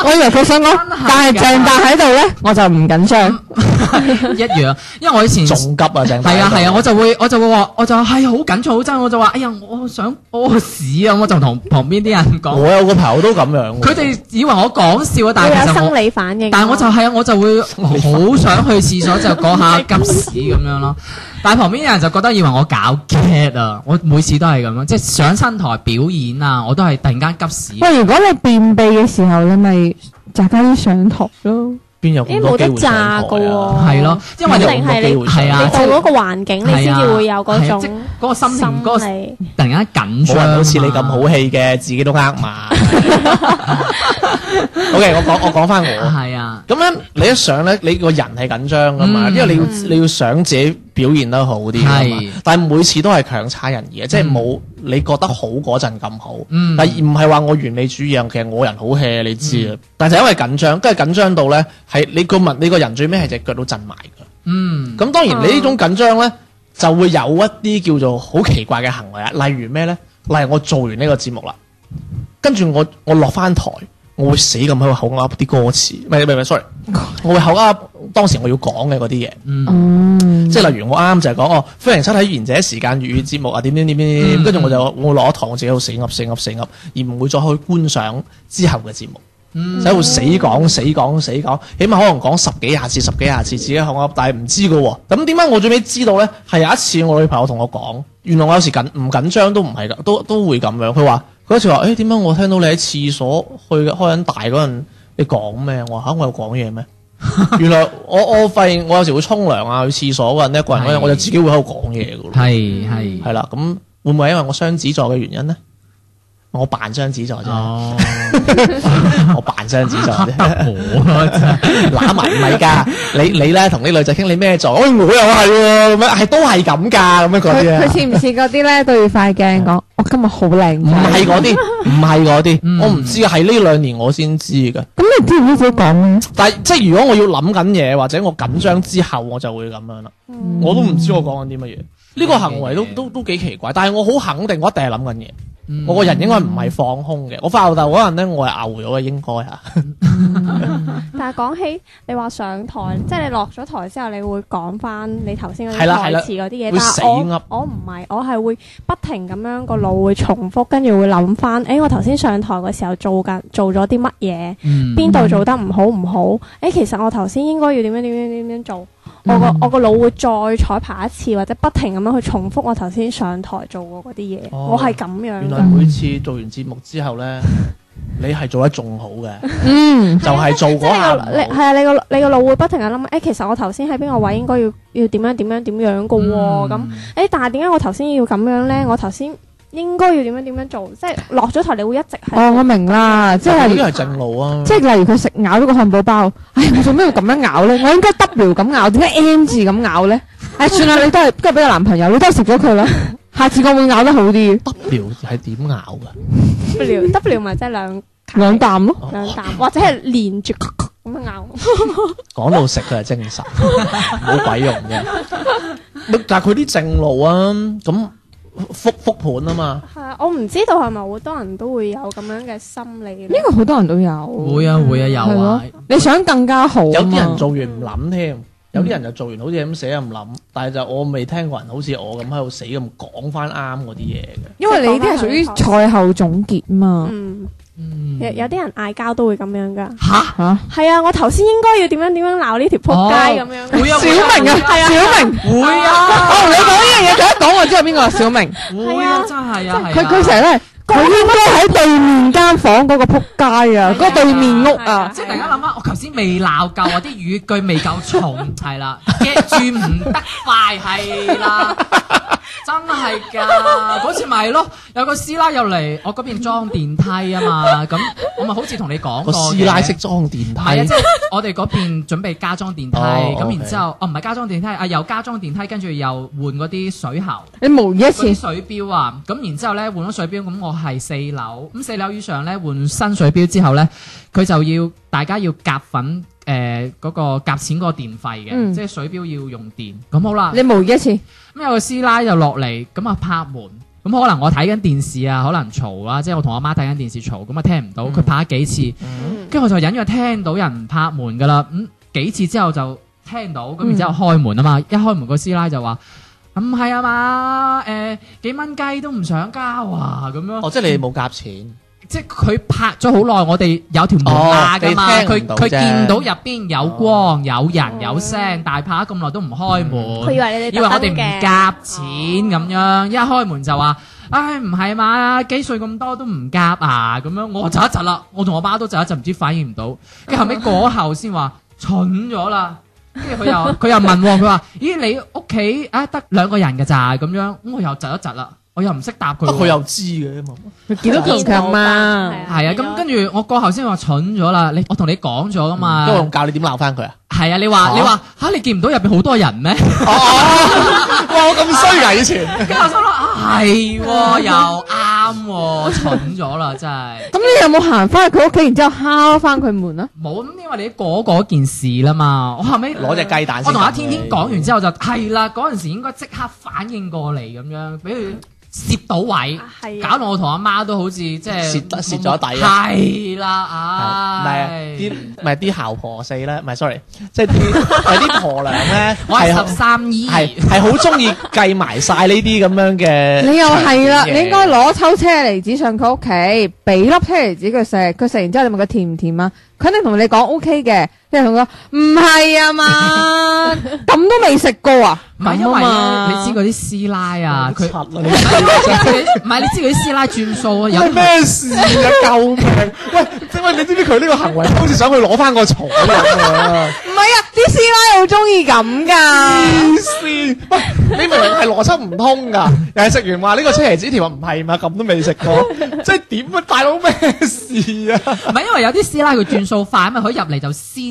Speaker 4: 我以為佢想講，但係鄭達喺度咧，我就唔緊張。
Speaker 1: 嗯
Speaker 2: 一樣，因為我以前
Speaker 1: 仲急啊，鄭大
Speaker 2: 係啊係啊，
Speaker 1: 哥
Speaker 2: 我就會我就會話，我就話係啊好緊張好真，我就話哎呀我想屙屎啊，我就同 旁邊啲人講，
Speaker 1: 我有個朋友都咁樣喎。
Speaker 2: 佢哋以為我講笑啊，但係
Speaker 3: 會有
Speaker 2: 其實我
Speaker 3: 生。理反應咯。
Speaker 2: 但係我就係啊，我就會好想去廁所就嗰 下急屎咁樣咯。但係旁邊有人就覺得以為我搞 get 啊，我每次都係咁樣，即係上親台表演啊，我都係突然間急屎。
Speaker 4: 喂，如果你便秘嘅時候，你咪扎翻啲上台咯。
Speaker 1: 邊有咁
Speaker 3: 咦
Speaker 1: 多
Speaker 3: 冇
Speaker 1: 機
Speaker 3: 得
Speaker 1: 會上
Speaker 3: 炸
Speaker 1: 台
Speaker 3: 噶喎，
Speaker 1: 啊？
Speaker 2: 係咯，因為你
Speaker 1: 邊有咁
Speaker 3: 定
Speaker 1: 多
Speaker 3: 係
Speaker 1: 機
Speaker 3: 你
Speaker 1: 會上
Speaker 2: 係啊
Speaker 1: 台
Speaker 3: 你到嗰個環境，哦你先至會有嗰
Speaker 2: 係啊
Speaker 3: 種
Speaker 2: 即係嗰個心情嗰個
Speaker 3: 心理。嗯
Speaker 2: 突然間緊
Speaker 1: 冇
Speaker 2: 張啊
Speaker 1: 人
Speaker 2: 嘛，
Speaker 1: 好似你咁好戲嘅，自己都呃嘛。OK，我講我講翻我。
Speaker 2: 係啊，
Speaker 1: 咁咧，你一上咧，你個人係緊張噶嘛，
Speaker 2: 嗯
Speaker 1: 因為你要你要想自己表現得好啲啊嘛
Speaker 2: 係。
Speaker 1: 但係每次都係強差人意嘅，即
Speaker 3: 嗯
Speaker 1: 係冇你覺得好嗰陣咁好。
Speaker 2: 嗯
Speaker 1: 但係唔係話我完美主義啊，其實我人好 hea，你知
Speaker 3: 嗯
Speaker 1: 啊。但係就因為緊張，跟住緊張到咧，係你個問你個人最尾係隻腳都震埋㗎。
Speaker 2: 嗯，
Speaker 1: 咁當然你呢種緊張咧，就會有一啲叫做好奇怪嘅行為啊，例如咩咧？例如我做完呢個節目啦，跟住我我落翻台，我會死咁喺度口噏啲歌詞，唔係唔係唔係，sorry，我會口噏當時我要講嘅嗰啲嘢，
Speaker 3: 哦
Speaker 4: 嗯，
Speaker 1: 即係例如我啱啱就係講哦，歡迎收睇《賢者時間粵語節目》啊，點點點點點，跟住我就我落咗堂，我自己喺度死噏死噏死噏，而唔會再去觀賞之後嘅節目。
Speaker 2: 嗯
Speaker 1: 就喺度死講死講死講，起碼可能講十幾廿次、十幾廿次自己口噏，但係唔知嘅喎。咁點解我最尾知道呢？係有一次我女朋友同我講，原來我有時緊唔緊張都唔係㗎，都都會咁樣。佢話佢嗰次話：誒點解我聽到你喺廁所去開緊大嗰陣，你講咩？我話嚇、我有講 嘢咩？原來我我發現我有時會沖涼啊，去廁所嗰陣一個人嗰陣，
Speaker 2: 係
Speaker 1: 我就自己會喺度講嘢㗎咯。
Speaker 2: 係係
Speaker 1: 係啦，咁會唔會係因為我雙子座嘅原因呢？我扮雙子座啫，
Speaker 2: 哦，
Speaker 1: 我扮雙子座啫。
Speaker 2: 我咯真係
Speaker 1: 揦埋唔係㗎，你你咧同啲女仔傾你咩座？哎，我又係喎，咁樣係都係咁㗎，咁樣嗰
Speaker 4: 佢
Speaker 1: 啲
Speaker 4: 佢
Speaker 1: 啊，
Speaker 4: 似唔似嗰啲咧對住塊鏡講，我今日好靚
Speaker 1: 唔
Speaker 4: 仔？
Speaker 1: 係嗰啲，唔係嗰
Speaker 2: 嗯
Speaker 1: 啲，我唔知，係呢兩年我先知㗎。
Speaker 4: 咁你知唔知自己講咩？
Speaker 1: 但係即係如果我要諗緊嘢，或者我緊張之後，我就會咁樣啦。
Speaker 2: 嗯
Speaker 3: 嗯
Speaker 1: 我都唔知我講緊啲乜嘢，呢個行為都都都幾奇怪，但係我好肯定，我一定係諗緊嘢。
Speaker 2: 嗯
Speaker 1: 我個人應該唔係放空嘅。我發吽豆嗰陣咧，我係牛咗嘅，應該啊嚇。
Speaker 3: 但係講起你話上台，即係你落咗台之後，你會講翻你頭先嗰
Speaker 1: 係
Speaker 3: 啲
Speaker 1: 啦係
Speaker 3: 台
Speaker 1: 啦
Speaker 3: 詞嗰啲嘢。
Speaker 1: 會
Speaker 3: 但
Speaker 1: 死
Speaker 3: 係
Speaker 1: 噏
Speaker 3: 我我唔係，我係會不停咁樣個腦會重複，跟住會諗翻，誒、我頭先上台嘅時候做緊做咗啲乜嘢，
Speaker 2: 嗯
Speaker 3: 邊度做得唔好唔好？誒、
Speaker 1: 嗯
Speaker 3: 其實我頭先應該要點樣點樣點樣做。我個
Speaker 2: 嗯
Speaker 3: 我個腦會再彩排一次，或者不停咁樣去重複我頭先上台做過嗰啲嘢。
Speaker 1: 哦
Speaker 3: 我係咁樣
Speaker 1: 原來
Speaker 3: 㗎。
Speaker 1: 每次做完節目之後咧，你係做得仲好嘅，
Speaker 4: 嗯，
Speaker 1: 就係做
Speaker 3: 即
Speaker 1: 嗰
Speaker 3: 係
Speaker 1: 下唔
Speaker 3: 你個
Speaker 1: 好
Speaker 3: 你係啊，你個你個腦會不停喺諗，誒、其實我頭先喺邊個位應該要要點樣點樣點樣噶喎、
Speaker 1: 嗯
Speaker 3: 咁、誒，但係點解我頭先要咁樣咧？我頭先應該要點樣點樣做？即係落咗台，你會一直係
Speaker 4: 哦，我明啦，即係
Speaker 1: 呢個係正路啊。
Speaker 4: 即係例如佢食咬咗個漢堡包，唉，我做咩要咁樣咬咧？我應該 W 咁咬，點解 M 字咁咬咧？唉，算啦，你都係跟住俾個男朋友，你都係食咗佢啦。下次我會咬得好啲，
Speaker 1: W 係點咬嘅？
Speaker 3: W W 咪即係兩
Speaker 4: 兩啖咯。
Speaker 3: 兩啖，或者係連住咁樣咬。
Speaker 1: 講到食佢係精神， 冇鬼用嘅。咪但係佢啲正路啊，咁復復盤啊嘛。
Speaker 3: 係啊，我唔知道係咪好多人都會有咁樣嘅心理。
Speaker 4: 呢個好多人都有。
Speaker 2: 會啊會啊
Speaker 4: 係
Speaker 2: 有
Speaker 4: 咯
Speaker 2: 啊，
Speaker 4: 你想更加好啊
Speaker 1: 有啲
Speaker 4: 嘛
Speaker 1: 人做完唔諗添，有啲人就做完好似咁寫唔諗，但係就我未聽過人好似我咁喺度死咁講翻啱嗰啲嘢嘅。
Speaker 4: 因為你呢啲係屬於賽後總結嘛。
Speaker 3: 嗯，
Speaker 2: 嗯
Speaker 3: 有有啲人嗌交都會咁樣噶。
Speaker 2: 吓
Speaker 4: 嚇，
Speaker 3: 係啊，我頭先應該要點樣點樣鬧呢條撲街咁樣。
Speaker 2: 會啊
Speaker 4: 小明啊，小明，
Speaker 2: 會啊
Speaker 4: 哦，你講呢樣嘢就一講我知係邊個啊，小明。
Speaker 2: 會啊真係啊係啊，
Speaker 4: 佢佢成日咧，佢應該喺對面間房嗰個撲街啊，嗰個對面屋
Speaker 3: 係
Speaker 4: 啊
Speaker 3: 啊。
Speaker 2: 即係突然間諗翻，我頭先未鬧夠啊，啲語句未夠重，係啦，夾住唔得快，係啦，真係㗎，嗰次咪係咯，有個師奶又嚟我嗰邊裝電梯啊嘛，咁我咪好似同你講
Speaker 1: 個
Speaker 2: 過
Speaker 1: 師奶
Speaker 2: 嘅
Speaker 1: 識裝電
Speaker 2: 唔係啊，即
Speaker 1: 梯，
Speaker 2: 係我哋嗰邊準備加裝電梯，
Speaker 1: 哦
Speaker 2: 咁
Speaker 1: OK
Speaker 2: 然之後，哦唔係加裝電梯，啊又加裝電梯，跟住又換嗰啲水喉。
Speaker 4: 你無意一
Speaker 2: 嗰啲
Speaker 4: 次，
Speaker 2: 水表啊，咁然之後咧換咗水表，咁我係四樓，咁四樓以上咧換新水表之後咧，佢就要大家要夾粉誒嗰個夾錢嗰個電費嘅，
Speaker 4: 嗯
Speaker 2: 即係水表要用電。咁好啦，
Speaker 4: 你無意一次。
Speaker 2: 咁有個師奶就落嚟，咁啊拍門，咁可能我睇緊電視啊，可能嘈啦，即係我同我媽睇緊電視嘈，咁啊聽唔到，佢拍咗幾次，跟住我就隱約聽到人拍門噶啦，咁幾次之後就聽到，咁然之後開門啊嘛，一開門個師奶就話：唔係啊嘛，誒、幾蚊雞都唔想交啊咁樣，
Speaker 1: 哦，即係你冇夾錢，
Speaker 2: 即係佢拍咗好耐，我哋有條門罅噶嘛，
Speaker 1: 哦你
Speaker 2: 佢
Speaker 1: 聽唔到
Speaker 2: 佢、
Speaker 1: 啫
Speaker 2: 見到入邊有光、有人、有聲，但係拍咗咁耐都唔開門。
Speaker 3: 佢以為你哋
Speaker 2: 以為我哋
Speaker 3: 特登
Speaker 2: 唔
Speaker 3: 嘅
Speaker 2: 夾錢咁樣，一開門就話：，唉，唔係嘛，幾歲咁多都唔夾啊！咁樣我就一窒啦，我同我媽都窒一窒，唔知反應唔到。跟住後尾過後先話蠢咗啦。跟住佢 又佢又問喎，佢話：咦，你屋企啊得兩個人㗎咋？咁樣，咁我又窒一窒啦，我又唔識答佢
Speaker 1: 不
Speaker 2: 喎。
Speaker 1: 哦過佢又知嘅嘛。
Speaker 4: 佢見到強強嘛，
Speaker 3: à。
Speaker 2: 係啊，
Speaker 3: 嗯
Speaker 2: 咁跟住我過後先話蠢咗啦。你我同你講咗噶嘛
Speaker 1: 因為。我教你點鬧翻佢啊！
Speaker 2: 係啊，你話
Speaker 1: 嚇
Speaker 2: 你話吓，你見唔到入邊好多人咩？
Speaker 1: 哇，我咁衰噶以前，
Speaker 2: 跟住我心諗啊，係喎，又啱喎，蠢咗啦，真係。
Speaker 4: 咁你有冇行翻去佢屋企，然之後敲翻佢門啊？
Speaker 2: 冇咁，因為你過嗰件事啦嘛，我後尾
Speaker 1: 攞隻雞蛋先
Speaker 2: 我同阿天天講完之後就係啦，嗰陣時應該即刻反應過嚟咁樣，俾佢攝到位，
Speaker 3: 係啊
Speaker 2: 搞到我同阿媽都好似即係
Speaker 1: 蝕得蝕咗底啊
Speaker 2: 係啦，
Speaker 1: 係唔係啊
Speaker 2: 唉，
Speaker 1: 啲唔係啲姣婆四咧，唔係 sorry，即係啲唔係啲婆娘咧，
Speaker 2: 我係十
Speaker 1: 好
Speaker 2: 三姨，
Speaker 1: 係係好中意計埋晒呢啲咁樣嘅。
Speaker 4: 你又係啦，
Speaker 1: 嘅
Speaker 4: 你應該攞抽車厘子上佢屋企，俾粒車厘子佢食，佢食完之後你問佢甜唔甜啊？佢肯定同你講 O K 嘅，你就同佢講唔 係啊嘛，咁都未食過啊？
Speaker 2: 唔係因為
Speaker 4: 咁
Speaker 2: 咧
Speaker 4: 啊
Speaker 2: 你知嗰啲師奶啊，佢
Speaker 1: 柒啦
Speaker 2: 唔
Speaker 1: 你
Speaker 2: 係你知嗰啲師奶轉數啊，有
Speaker 1: 係咩事啊？救命！ 喂，喂，你知唔知佢呢個行為好似想去攞翻個床 咁啊？
Speaker 4: 唔係啊，啲師奶好中意咁噶。
Speaker 1: 黐線！喂，你明明係邏輯唔通㗎，又係食完話呢個車厘子條唔係嘛，咁都未食 過，即係點啊？大佬咩事啊？
Speaker 2: 唔係因為有啲師奶佢轉數快啊嘛，佢入嚟就先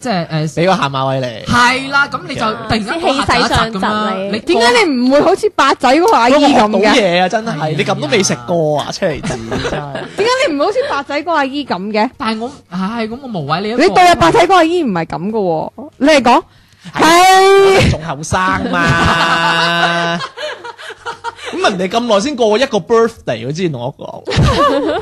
Speaker 2: 即係誒
Speaker 1: 俾個下馬威你。
Speaker 2: 係啦，咁你就突然間嗰下窒一窒咁樣，你
Speaker 4: 點解你唔會好似八仔嗰個阿姨
Speaker 1: 我學
Speaker 4: 咁
Speaker 1: 到
Speaker 4: 嘅？點
Speaker 1: 嘢啊！真係，你咁都未食 過啊？車厘子真係。
Speaker 4: 解你唔會好似八仔嗰個阿姨咁嘅？
Speaker 2: 但係我唉咁我無謂你一個
Speaker 4: 你對阿八仔嗰個阿姨唔係咁噶喎，你係講係
Speaker 1: 仲後生嘛，咁人哋咁耐先過一個 birthday，佢之前同我講，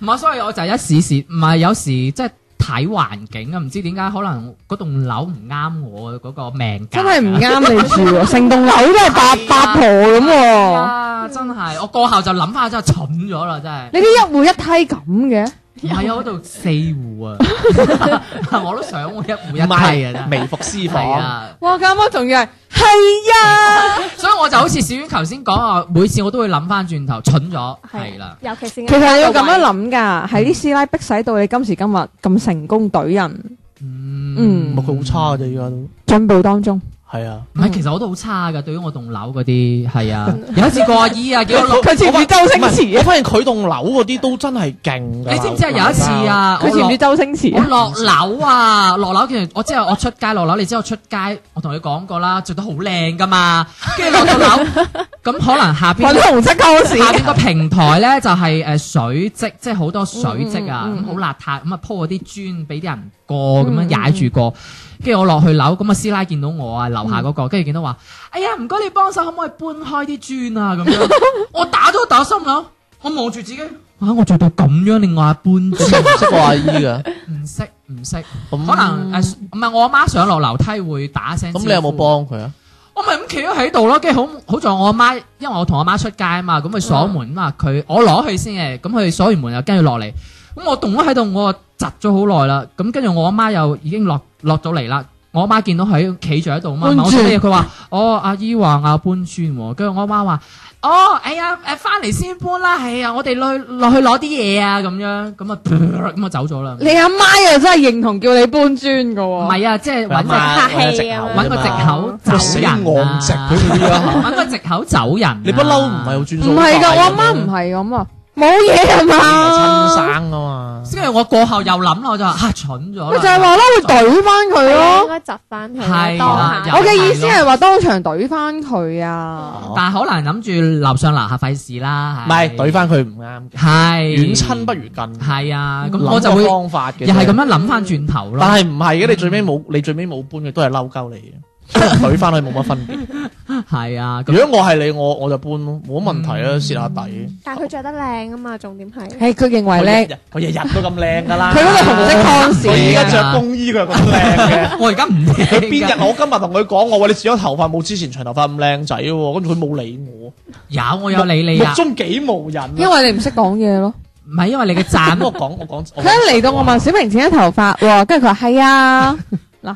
Speaker 2: 唔係，所以我就一時時唔係有時即係睇環境啊，唔知點解可能嗰棟樓唔啱我嗰個命格啊，
Speaker 4: 真係唔啱你住喎，成棟樓都係八八婆咁 喎。
Speaker 2: 啊！真係我過後就諗翻真係蠢咗啦，真係。
Speaker 4: 你啲一户一梯咁嘅，
Speaker 2: 唔係啊，嗰度四户啊， 我都想我一户一
Speaker 1: 唔
Speaker 2: 梯啊，
Speaker 1: 係
Speaker 2: 真係。
Speaker 1: 微服私
Speaker 2: 係
Speaker 1: 訪，
Speaker 2: 啊，
Speaker 4: 哇！咁啱仲要係係啊，
Speaker 2: 所以我就好似小婉頭先講啊，每次我都會諗翻轉頭，蠢咗
Speaker 3: à。
Speaker 2: 係啦。
Speaker 3: 尤其是
Speaker 4: 其實你要咁樣諗㗎，係啲師奶逼使到你今時今日咁成功懟人，
Speaker 2: 嗯
Speaker 4: 嗯
Speaker 1: 唔係佢好差嘅啫，依家都
Speaker 4: 進步當中。
Speaker 1: 係啊。
Speaker 2: 唔係，其實我都好差噶，對於我棟樓嗰啲 係啊，有一次個阿姨啊，叫我落，
Speaker 4: 佢似唔似周星馳
Speaker 1: 我
Speaker 4: 啊？
Speaker 1: 發現佢棟樓嗰啲都真係勁㗎。
Speaker 2: 你知唔知啊？有一次，啊，我
Speaker 4: 佢似唔
Speaker 2: 落
Speaker 4: 似周星馳
Speaker 2: 我
Speaker 4: 啊？
Speaker 2: 落樓啊，落樓其實我即係我出街落樓，你知我出街，我同你講過啦，着得好靚噶嘛，跟住落 到樓，咁可能下邊
Speaker 4: 粉紅色嗰 時，
Speaker 2: 下邊個平台咧就係誒水積，即係好多水積啊，咁好邋遢，咁啊鋪嗰啲磚俾啲人過，咁樣踩住過。跟住我落去樓，咁啊師奶見到我啊，樓下嗰個，跟住見到話：哎呀，唔該你幫手，可唔可以搬開啲磚啊？咁樣，我打都打心諗，我望住自己，啊，我做到咁樣，你嗌搬磚，
Speaker 1: 識個阿 姨㗎，
Speaker 2: 唔識唔識，
Speaker 1: 咁
Speaker 2: 可能誒唔係我阿媽上落樓梯會打聲。
Speaker 1: 咁你有冇？幫佢啊？
Speaker 2: 我咪咁企咗喺度咯，跟住好好在我阿媽，因為我同我媽出街啊嘛，咁佢鎖門啊嘛，佢我攞去先嘅，咁佢鎖完門又跟住落嚟，咁我凍咗喺度，我窒咗好耐啦，咁跟住我阿媽又已經落落咗嚟啦，我阿媽見到佢企住喺度啊嘛，
Speaker 4: 搬
Speaker 2: 問我做
Speaker 4: 磚
Speaker 2: 咩嘢，佢話哦阿姨話啊搬磚喎，跟住我阿媽話哦哎呀誒翻嚟先搬啦，係啊我哋落去落去攞啲嘢啊咁樣，咁啊咁我走咗啦，
Speaker 4: 你阿媽又真係認同叫你搬磚㗎
Speaker 2: 唔
Speaker 4: 喎。
Speaker 2: 係啊即係
Speaker 1: 佢阿
Speaker 2: 揾個
Speaker 1: 媽
Speaker 3: 客氣啊
Speaker 2: 揾個藉口走
Speaker 1: 死
Speaker 2: 人啊
Speaker 1: 昂直佢嗰啲啊！
Speaker 2: 揾個藉口走人啊、
Speaker 1: 你不嬲唔係好尊
Speaker 4: 唔
Speaker 1: 重，
Speaker 4: 係㗎，我阿媽唔係咁啊，冇嘢啊嘛。
Speaker 1: 親生啊嘛。
Speaker 2: 跟住我過後又諗啦，我就話嚇蠢咗啦。
Speaker 4: 咪就係話咯，會懟翻佢
Speaker 3: 應
Speaker 4: 咯。
Speaker 3: 該窒翻
Speaker 2: 係
Speaker 3: 佢
Speaker 2: 啦
Speaker 3: 當
Speaker 2: 有
Speaker 3: 下
Speaker 4: 我嘅意思係話當場懟翻佢啊。
Speaker 2: 但係可能諗住樓上樓下費事啦，
Speaker 1: 唔係懟翻佢唔啱嘅，
Speaker 2: 係
Speaker 1: 遠親不如近。
Speaker 2: 係啊，咁
Speaker 1: 諗
Speaker 2: 我就
Speaker 1: 個
Speaker 2: 會
Speaker 1: 方法嘅，
Speaker 2: 又係咁。樣諗翻轉頭
Speaker 1: 但
Speaker 2: 咯。
Speaker 1: 係唔係嘅，你最尾冇，你最尾冇搬嘅都係嬲鳩你嘅，懟翻去冇乜分 別。
Speaker 2: 係啊，咁
Speaker 1: 如果我係你，我我就搬咯，冇乜問題啊，
Speaker 4: 嗯
Speaker 1: 蝕下底。
Speaker 3: 但係佢着得靚啊嘛，重點係
Speaker 4: 係佢認為
Speaker 1: 佢
Speaker 4: 咧，
Speaker 1: 日佢日日都咁靚噶啦。
Speaker 4: 佢嗰個紅色 cons
Speaker 1: 我而
Speaker 2: 嘅
Speaker 1: 家着工衣佢又咁靚 嘅。
Speaker 2: 啊我而家唔
Speaker 1: 佢
Speaker 2: 佢
Speaker 1: 邊日我今日同佢講，我話你剪咗頭髮冇之前長頭髮咁靚仔喎，跟住佢冇理我，
Speaker 2: 有我有理你啊
Speaker 1: 目，中幾無人啊。
Speaker 4: 哎因為你唔識講嘢咯。
Speaker 2: 唔係因為你嘅讚
Speaker 1: 咁，我講我講，
Speaker 4: 佢一嚟到我問小明剪咗頭髮喎，跟住佢話係啊，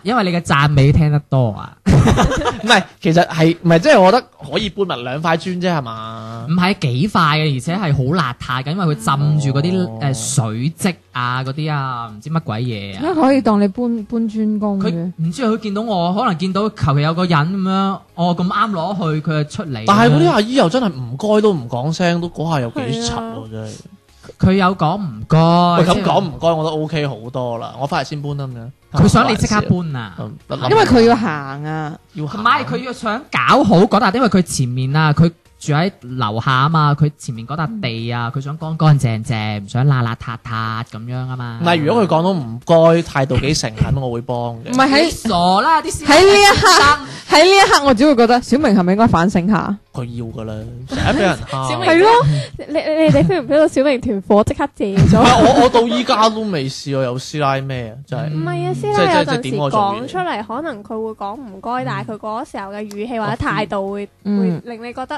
Speaker 2: 因為你嘅讚美聽得多啊。
Speaker 1: 唔係，其實係唔係即係我覺得可以搬埋兩塊磚啫係嘛
Speaker 2: 唔？係幾快嘅，而且係好邋遢嘅，因為佢浸住嗰
Speaker 1: 哦
Speaker 2: 啲誒水漬啊嗰啲啊，唔知乜鬼嘢啊。
Speaker 4: 點解可以當你搬搬磚
Speaker 1: 嗯
Speaker 4: 工
Speaker 2: 佢
Speaker 4: 嘅？
Speaker 2: 唔知佢見到我，可能見到求其有個人咁樣，我咁啱攞去，佢就出嚟。
Speaker 1: 但係嗰啲阿啊姨又真係唔該都唔講聲，都嗰下又幾柒喎真係。
Speaker 2: 佢有講唔該，
Speaker 1: 喂，咁
Speaker 2: 即係
Speaker 1: 講啊唔該我都 OK 好多啦，我翻嚟先搬啦咁樣。
Speaker 2: 佢想你即刻搬啊！
Speaker 1: 嗯，諗
Speaker 4: 因為佢要行啊，
Speaker 1: 要
Speaker 2: 唔
Speaker 1: 行
Speaker 2: 係佢要想搞好嗰笪，因為佢前面啊，佢住喺樓下啊嘛，佢前面嗰笪地啊，佢想乾乾淨淨，唔想邋邋遢遢咁樣啊嘛。
Speaker 1: 唔係，如果佢講到唔該，態度幾誠懇，我會幫嘅。
Speaker 4: 唔係
Speaker 2: 你
Speaker 4: 喺
Speaker 2: 傻啦，啲師奶
Speaker 4: 喺呢一刻
Speaker 2: 先生啊
Speaker 4: 喺呢一刻，我只會覺得小明係咪應該反省下？
Speaker 1: 佢要噶啦，成日俾人
Speaker 3: 小明
Speaker 1: 蝦。
Speaker 3: 係咯，你你你哋 feel 唔 feel 到小明團火即刻謝
Speaker 1: 唔
Speaker 3: 咗？
Speaker 1: 係我我到依家都未試過有師奶咩啊，真
Speaker 3: 唔
Speaker 1: 係。
Speaker 3: 係啊，師
Speaker 1: 即係
Speaker 3: 奶有
Speaker 1: 即係
Speaker 3: 陣
Speaker 1: 點
Speaker 3: 時
Speaker 1: 我做嘢
Speaker 3: 講出嚟，可能佢會講唔該，但係佢嗰時候嘅語氣或者態度會會
Speaker 4: 嗯
Speaker 3: 令你覺得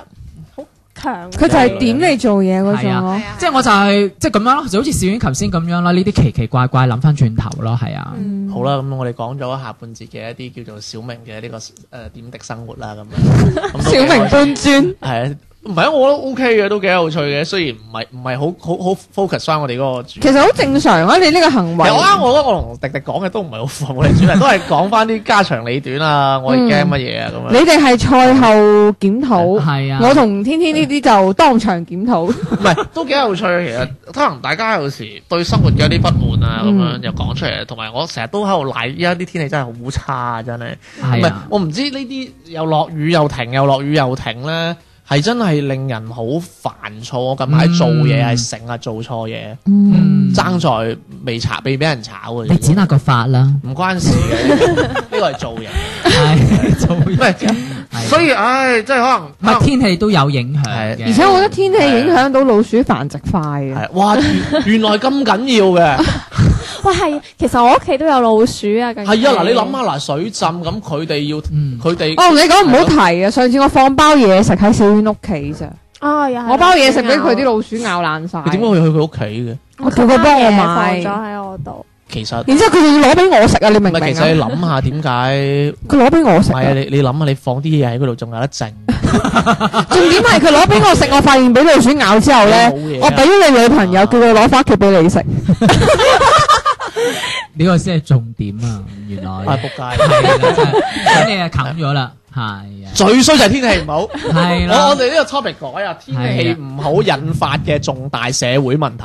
Speaker 3: 好強。
Speaker 4: 佢就
Speaker 1: 啊
Speaker 4: 係點你做嘢嗰種咯
Speaker 3: 係。啊
Speaker 2: 即係我就係即係咁樣咯，就好似小婉琴先咁樣啦，呢啲奇奇怪怪諗翻轉頭咯，係啊。
Speaker 3: 嗯
Speaker 1: 好啦，咁我哋講咗下半節嘅一啲叫做小明嘅呢個誒點滴生活啦，咁樣。
Speaker 4: 小明搬磚，
Speaker 1: 係啊，唔係啊，我都 OK 嘅，都幾有趣嘅。雖然唔係唔係好好好 focus 翻我哋嗰個主
Speaker 4: 其實好正常啊！你呢個行
Speaker 1: 其
Speaker 4: 為
Speaker 1: 實，我啱，我覺得我同迪迪講嘅都唔係好符合我哋主題，都係講翻啲家長里短啊，我哋驚乜嘢啊咁
Speaker 4: 你
Speaker 1: 樣。
Speaker 4: 哋係賽後檢討，
Speaker 2: 係啊
Speaker 4: 我同天天呢啲就當場檢討。
Speaker 1: 唔係都幾有趣，其實可能大家有時對生活有啲不滿啊，咁樣
Speaker 4: 嗯
Speaker 1: 又講出嚟，同埋我成日都喺度賴，依家啲天氣真係好差啊，真係。唔
Speaker 2: 係
Speaker 1: 係
Speaker 2: 啊，
Speaker 1: 我唔知呢啲又落雨又停，又落雨又停咧，係真係令人好煩躁。我近排
Speaker 2: 嗯
Speaker 1: 做嘢係成日做錯嘢，
Speaker 2: 嗯
Speaker 1: 爭啊在未炒，未俾人炒嘅
Speaker 2: 你剪啊
Speaker 1: 啫。
Speaker 2: 下個髮啦，
Speaker 1: 唔關事嘅，呢個係造型。
Speaker 2: 係做
Speaker 1: 唔
Speaker 2: 嘢
Speaker 1: 係，所以唉，即係可能
Speaker 2: 唔係天氣都有影響
Speaker 1: 係
Speaker 2: 嘅，
Speaker 4: 而且我覺得天氣影響到老鼠繁殖快啊嘅。
Speaker 1: 係哇，原原來咁緊要嘅。
Speaker 3: 喂，係，其實我屋企都有老鼠啊。近期
Speaker 1: 係啊，嗱，你諗下嗱，水浸咁佢哋要
Speaker 2: 嗯
Speaker 1: 佢哋
Speaker 4: 我同你講唔好提啊！上次我放包嘢食喺小娟屋企咋，
Speaker 3: 啊，又係
Speaker 4: 我包嘢食俾佢啲老鼠咬爛晒。
Speaker 1: 你點解會去佢屋企嘅？
Speaker 4: 我叫佢幫我買
Speaker 3: 佢包嘢放咗喺我度。
Speaker 1: 其實
Speaker 4: 然之後佢仲要攞俾我食啊！你
Speaker 1: 唔
Speaker 4: 明唔
Speaker 1: 係，
Speaker 4: 明
Speaker 1: 其實
Speaker 4: 啊？
Speaker 1: 你諗下點解？
Speaker 4: 佢攞俾我
Speaker 1: 唔
Speaker 4: 食啊，
Speaker 1: 係啊，你你諗下，你放啲嘢喺嗰度仲有得剩，
Speaker 4: 重點係佢攞俾我食，我發現俾老鼠咬之後咧，
Speaker 1: 你冇嘢啊
Speaker 4: 我俾咗你女朋友，叫佢攞翻屋企俾你食。
Speaker 2: 呢個先係重點啊！原 來
Speaker 1: 啊
Speaker 2: 係
Speaker 1: 仆
Speaker 2: 啦
Speaker 1: 街！
Speaker 2: 真係咁你啊冚咗啦，係啊，
Speaker 1: 最衰就係天氣唔好。
Speaker 2: 係
Speaker 1: 我我
Speaker 2: 啦，
Speaker 1: 哋呢個 topic 改啊，天氣唔好引發嘅重大社會問 題。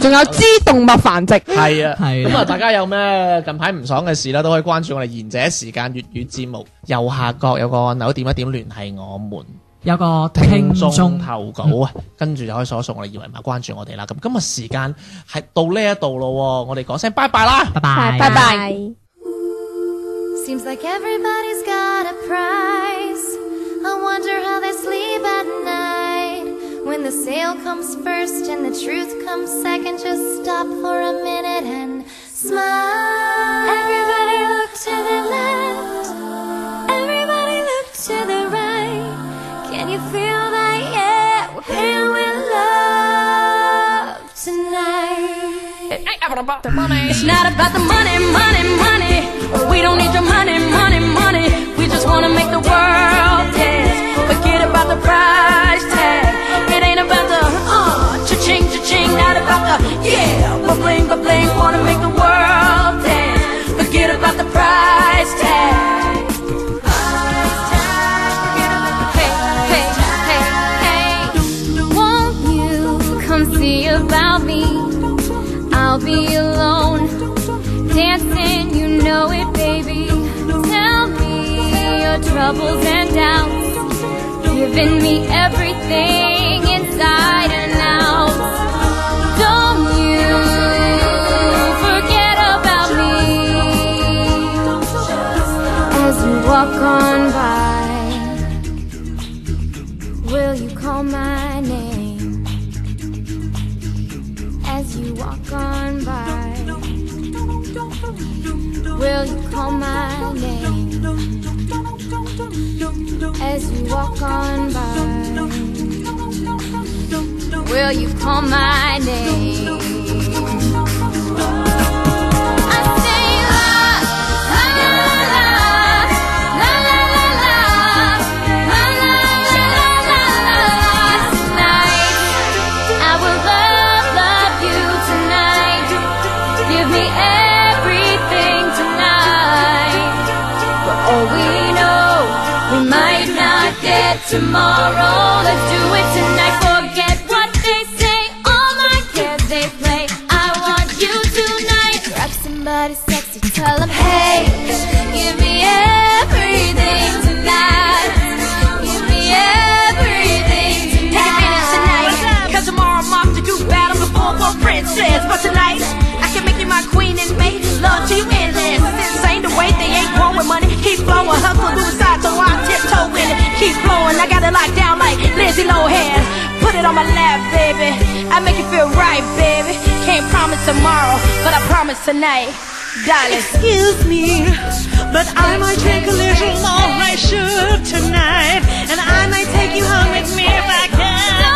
Speaker 4: 仲有知動物繁殖，
Speaker 1: 係啊，
Speaker 2: 係啊
Speaker 1: 咁啊，大家有咩近排唔爽嘅事啦，都可以關注我哋賢者時間粵語節目右下角有個按鈕，點一點聯繫我們。
Speaker 2: 有個聽
Speaker 1: 聽
Speaker 2: 眾
Speaker 1: 眾投稿啊，跟住就可以掃一掃我哋二維碼關注我哋啦。咁今日時間係到呢一度咯喎，我哋講聲拜拜啦。
Speaker 2: 拜拜
Speaker 3: 拜拜。
Speaker 8: Seems like everybody's got a price. I wonder how they sleep at night. When the sale comes first and the truth comes second, just stop for a minute and smile. Everybody look to the left. Everybody look to the right. Can you feel that? Yeah, we're filled with love tonight.
Speaker 5: It's not about the money, money, money. We don't need your money, money, money. We just wanna make the world dance. Forget about the price tag. It ain't about the uh, cha-ching, cha-ching. Not about the yeah, ba-bling, ba-bling. Wanna make the world dance. Forget about the price tag.
Speaker 8: Hey, hey, hey. Won't you come see about me? I'll be alone, dancing, you know it, baby. Tell me your troubles and doubts, giving me everything inside and out. Don't you forget about me as you walk on by. Will you call my name as you walk on by? Will you call my name as you walk on by? Will you call my name? I say la, la la la la, la la la la, la la la la la tonight. I will love, love you tonight. Give me everything tonight. But all we know, we might not get tomorrow. Let's do it tonight. Forget what they say. All my kids they play. I want you tonight. Grab somebody sexy, tell them hey. Give me everything tonight. Give me everything tonight.
Speaker 5: Cause tomorrow I'm off to do battle before poor princess. But tonight, I can make you my queen and make love to you endless. This ain't the way they ain't growing money. Keep flowing, hustle suicide, so I tiptoe with it. Keep flowing, I got it locked down like Lindsay Lohan. Put it on my lap, baby. I make you feel right, baby. Can't promise tomorrow, but I promise tonight. Darling.
Speaker 9: Excuse me, but I might take a little more than I should tonight, and I might take you home with me if I can.